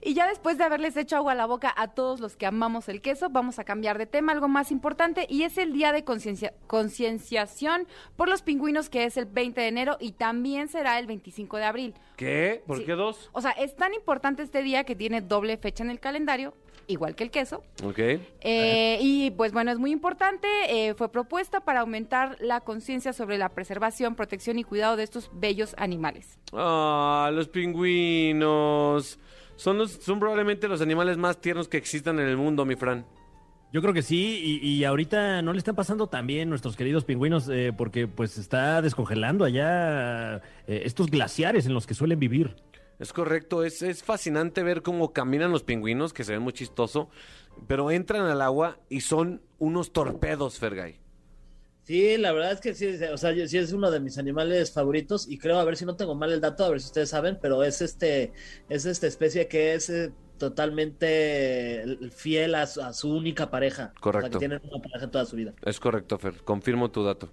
[SPEAKER 11] Y ya después de haberles hecho agua a la boca a todos los que amamos el queso, vamos a cambiar de tema, algo más importante, y es el día de conciencia- concienciación por los pingüinos, que es el 20 de enero y también será el 25 de abril.
[SPEAKER 2] ¿Qué? ¿Por
[SPEAKER 11] Sí.
[SPEAKER 2] qué dos?
[SPEAKER 11] O sea, es tan importante este día que tiene doble fecha en el calendario igual que el queso.
[SPEAKER 12] Ok.
[SPEAKER 11] Eh, y pues bueno, es muy importante, eh, fue propuesta para aumentar la conciencia sobre la preservación, protección y cuidado de estos bellos animales.
[SPEAKER 2] Ah, los pingüinos. Son, los, son probablemente los animales más tiernos que existan en el mundo, mi Fran.
[SPEAKER 4] Yo creo que sí, y, y ahorita no le están pasando tan bien nuestros queridos pingüinos, eh, porque pues está descongelando allá eh, estos glaciares en los que suelen vivir.
[SPEAKER 2] Es correcto, es, es fascinante ver cómo caminan los pingüinos, que se ven muy chistoso, pero entran al agua y son unos torpedos, Fergay.
[SPEAKER 3] Sí, la verdad es que sí, o sea, yo- sí es uno de mis animales favoritos y creo, a ver si no tengo mal el dato, a ver si ustedes saben, pero es este, es esta especie que es eh, totalmente eh, fiel a su, a su única pareja. O sea,
[SPEAKER 12] Correcto.
[SPEAKER 3] que tienen una pareja toda su vida.
[SPEAKER 12] Es correcto, Fer. Confirmo tu dato.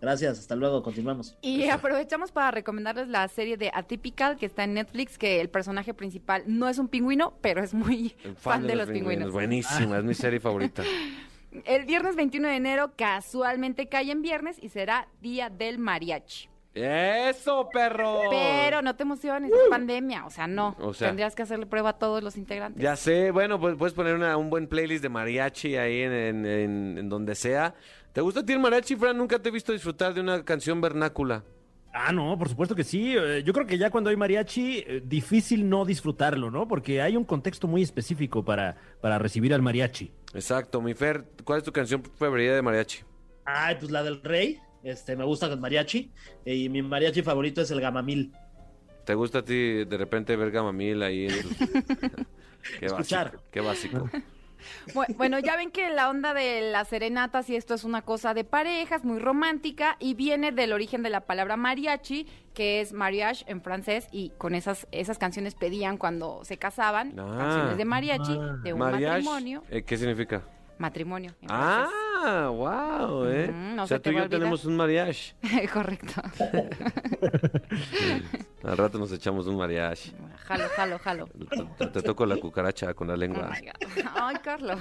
[SPEAKER 3] Gracias, hasta luego, continuamos.
[SPEAKER 11] Y aprovechamos para recomendarles la serie de Atypical que está en Netflix, que el personaje principal no es un pingüino, pero es muy fan, de, los pingüinos.
[SPEAKER 12] Buenísima, es mi serie favorita.
[SPEAKER 11] El viernes 21 de enero casualmente cae en viernes y será Día del Mariachi.
[SPEAKER 2] ¡Eso, perro!
[SPEAKER 11] Pero no te emociones, es pandemia, Oh. o sea, no.
[SPEAKER 2] O sea.
[SPEAKER 11] Tendrías que hacerle prueba a todos los integrantes.
[SPEAKER 2] Ya sé, bueno, pues puedes poner una- un buen playlist de mariachi ahí en, en- en- en donde sea. ¿Te gusta a ti el mariachi, Fran? Nunca te he visto disfrutar de una canción vernácula.
[SPEAKER 4] Ah, no, por supuesto que sí. Eh, Yo creo que ya cuando hay mariachi, eh, difícil no disfrutarlo, ¿no? Porque hay un contexto muy específico para, para recibir al mariachi.
[SPEAKER 2] Exacto, mi Fer, ¿cuál es tu canción preferida de mariachi?
[SPEAKER 3] Ay, pues la del rey, este, me gusta con mariachi eh, y mi mariachi favorito es el gamamil.
[SPEAKER 12] ¿Te gusta a ti de repente ver Gamamil ahí? en tus- qué
[SPEAKER 3] Escuchar.
[SPEAKER 12] básico. Qué básico.
[SPEAKER 11] Bu- Bueno, ya ven que la onda de las serenatas y esto es una cosa de parejas, muy romántica, y viene del origen de la palabra mariachi, que es mariage en francés, y con esas, esas canciones pedían cuando se casaban,
[SPEAKER 12] Ah.
[SPEAKER 11] canciones de mariachi, de un
[SPEAKER 2] Mariage,
[SPEAKER 11] matrimonio.
[SPEAKER 12] Eh, ¿Qué significa?
[SPEAKER 11] Matrimonio. en
[SPEAKER 2] Ah, wow, ¿eh?
[SPEAKER 11] Ujú, no
[SPEAKER 2] o sea,
[SPEAKER 11] se
[SPEAKER 2] tú
[SPEAKER 11] te
[SPEAKER 2] y
[SPEAKER 11] va a
[SPEAKER 2] yo
[SPEAKER 11] olvidar.
[SPEAKER 2] tenemos un mariachi.
[SPEAKER 11] francés. Correcto.
[SPEAKER 12] Al rato nos echamos un mariachi.
[SPEAKER 11] Jalo, jalo, jalo.
[SPEAKER 12] Te, te toco la cucaracha con la
[SPEAKER 11] Oh
[SPEAKER 12] lengua.
[SPEAKER 11] my God. Ay, Carlos.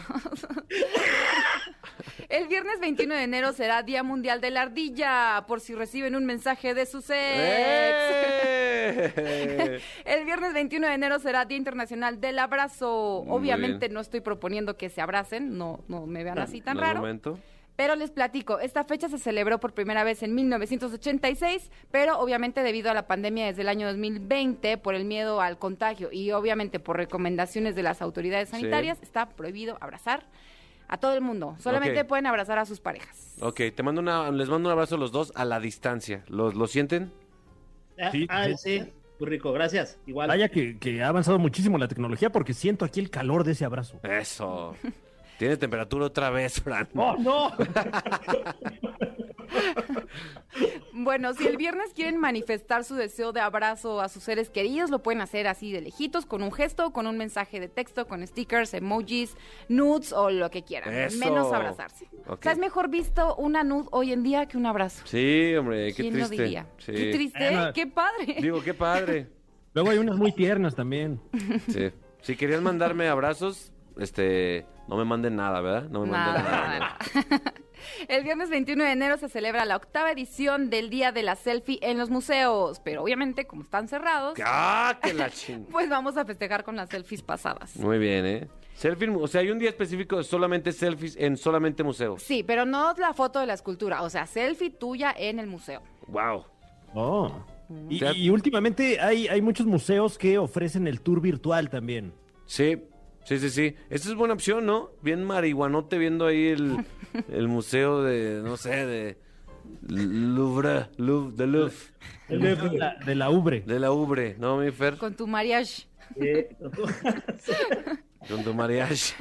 [SPEAKER 11] El viernes 21 de enero será Día Mundial de la Ardilla, por si reciben un mensaje de sus ex.
[SPEAKER 2] ¡Eh!
[SPEAKER 11] El viernes 21 de enero será Día Internacional del Abrazo.
[SPEAKER 12] Muy
[SPEAKER 11] Obviamente
[SPEAKER 12] bien.
[SPEAKER 11] no estoy proponiendo que se abracen, no, no me vean así tan
[SPEAKER 12] No es
[SPEAKER 11] raro.
[SPEAKER 12] momento.
[SPEAKER 11] Pero les platico, esta fecha se celebró por primera vez en 1986, pero obviamente debido a la pandemia desde el año 2020, por el miedo al contagio y obviamente por recomendaciones de las autoridades
[SPEAKER 12] Sí.
[SPEAKER 11] sanitarias, está prohibido abrazar a todo el mundo. Solamente
[SPEAKER 2] Ok.
[SPEAKER 11] pueden abrazar a sus parejas.
[SPEAKER 2] Ok, te mando una, les mando un abrazo a los dos a la distancia. ¿Los, ¿Lo sienten?
[SPEAKER 3] Ah,
[SPEAKER 4] Sí,
[SPEAKER 3] ah,
[SPEAKER 4] sí.
[SPEAKER 3] sí, muy rico, gracias. Igual.
[SPEAKER 4] Vaya que, que ha avanzado muchísimo la tecnología porque siento aquí el calor de ese abrazo.
[SPEAKER 2] Eso. Tienes temperatura otra vez, Fran.
[SPEAKER 3] Oh.
[SPEAKER 4] no!
[SPEAKER 11] Bueno, si el viernes quieren manifestar su deseo de abrazo a sus seres queridos, lo pueden hacer así de lejitos, con un gesto, con un mensaje de texto, con stickers, emojis, nudes o lo que quieran.
[SPEAKER 2] Eso.
[SPEAKER 11] Menos abrazarse.
[SPEAKER 12] Ok.
[SPEAKER 11] O sea, es mejor visto una nude hoy en día que un abrazo.
[SPEAKER 12] Sí, hombre, Eh, qué
[SPEAKER 11] ¿Quién
[SPEAKER 12] triste.
[SPEAKER 11] lo diría?
[SPEAKER 12] Sí.
[SPEAKER 11] Qué triste,
[SPEAKER 4] Bueno.
[SPEAKER 11] qué padre.
[SPEAKER 2] Digo, qué padre.
[SPEAKER 4] Luego hay unas muy tiernas también.
[SPEAKER 12] Sí. Si querían mandarme abrazos, este, no me manden nada, ¿verdad? No me
[SPEAKER 11] Nada,
[SPEAKER 12] manden nada.
[SPEAKER 11] nada, nada. El viernes 21 de enero se celebra la octava edición del Día de la Selfie en los museos, pero obviamente como están cerrados,
[SPEAKER 2] ¡Ah, que la ching!
[SPEAKER 11] pues vamos a festejar con las selfies pasadas.
[SPEAKER 12] Muy bien, ¿eh?
[SPEAKER 2] Selfie, o sea, hay un día específico de solamente selfies en solamente museos.
[SPEAKER 11] Sí, pero no la foto de la escultura, o sea, selfie tuya en el museo.
[SPEAKER 2] ¡Wow!
[SPEAKER 4] Oh. Y,
[SPEAKER 12] Ya-
[SPEAKER 4] y últimamente hay, hay muchos museos que ofrecen el tour virtual también.
[SPEAKER 2] Sí, sí, sí, sí. Esta es buena opción, ¿no? Bien marihuanote viendo ahí el, el museo de, no sé, de Louvre, Louvre, de Louvre,
[SPEAKER 4] El museo de la, de la Ubre.
[SPEAKER 2] de la Ubre, ¿no, mi Fer?
[SPEAKER 11] Con tu mariage.
[SPEAKER 3] Eh,
[SPEAKER 2] Con tu mariachi.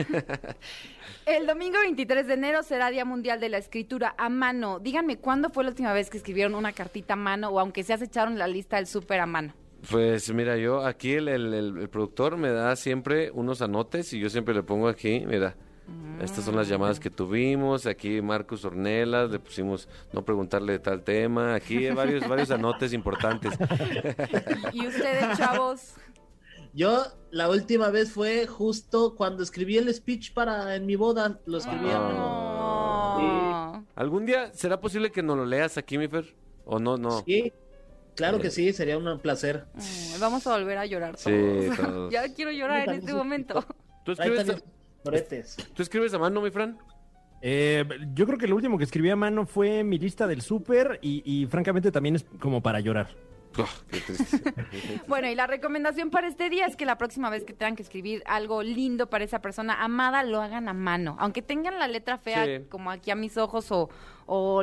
[SPEAKER 11] El domingo 23 de enero será Día Mundial de la Escritura a mano. Díganme, ¿cuándo fue la última vez que escribieron una cartita a mano o aunque sea se echaron la lista del súper a mano?
[SPEAKER 12] Pues mira, yo aquí el, el- el- el productor me da siempre unos anotes y yo siempre le pongo aquí, mira, estas son las llamadas que tuvimos, aquí Marcos Ornelas, le pusimos no preguntarle de tal tema, aquí hay varios, varios anotes importantes.
[SPEAKER 11] Y ustedes, chavos,
[SPEAKER 3] Yo la última vez fue justo cuando escribí el speech para en mi boda, lo escribí.
[SPEAKER 12] Ah.
[SPEAKER 11] No.
[SPEAKER 2] ¿Algún día será posible que nos lo leas aquí, mi Fer? ¿O no, no?
[SPEAKER 3] Sí, claro que sí, sería un placer.
[SPEAKER 11] Ay, Mm, Vamos a volver a llorar todos.
[SPEAKER 12] Sí, todos.
[SPEAKER 11] Ya quiero llorar en este momento.
[SPEAKER 2] ¿Tú
[SPEAKER 3] Ahí
[SPEAKER 2] escribes,
[SPEAKER 3] también- Loretes.
[SPEAKER 13] ¿Tú escribes a mano, mi Fran?
[SPEAKER 4] Eh, yo creo que lo último que escribí a mano fue mi lista del súper y, y francamente también es como para llorar.
[SPEAKER 12] Ah,
[SPEAKER 2] Qué triste.
[SPEAKER 11] Bueno, y la recomendación para este día es que la próxima vez que tengan que escribir algo lindo para esa persona amada, lo hagan a mano. Aunque tengan la letra fea,
[SPEAKER 13] Sí.
[SPEAKER 11] como aquí a mis ojos, o, o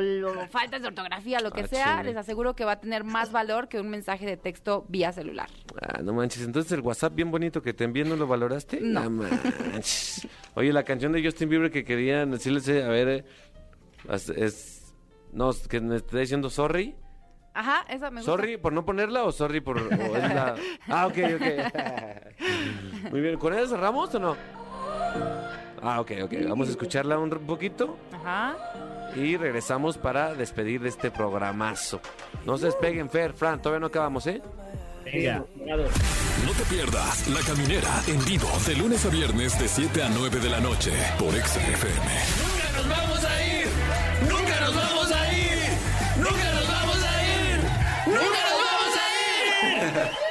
[SPEAKER 11] lo- faltas de ortografía, lo que
[SPEAKER 2] Ah,
[SPEAKER 11] sea,
[SPEAKER 2] chingue.
[SPEAKER 11] les aseguro que va a tener más valor que un mensaje de texto vía celular.
[SPEAKER 2] Ah, no manches, entonces el WhatsApp bien bonito que te envié, ¿no lo valoraste? Ah,
[SPEAKER 11] No.
[SPEAKER 2] manches. Oye, la canción de Justin Bieber que querían decirles, eh, a ver, eh, as- es... No, es que me está diciendo sorry.
[SPEAKER 11] Ajá, esa me gusta.
[SPEAKER 2] ¿Sorry por no ponerla o sorry por...? o es la- Ah, ok, ok. Muy bien, ¿con ella cerramos o no? Ah, ok, ok. Vamos a escucharla un poquito
[SPEAKER 11] Ajá.
[SPEAKER 2] y regresamos para despedir de este programazo. No se despeguen, Fer, Fran, todavía no acabamos, ¿eh?
[SPEAKER 4] Venga.
[SPEAKER 1] No te pierdas La Caminera en vivo de lunes a viernes de 7 a 9 de la noche por XFM.
[SPEAKER 14] Nunca nos vamos a ir. Nunca nos vamos a ir. Nunca nos vamos a ir. Nunca nos vamos a ir.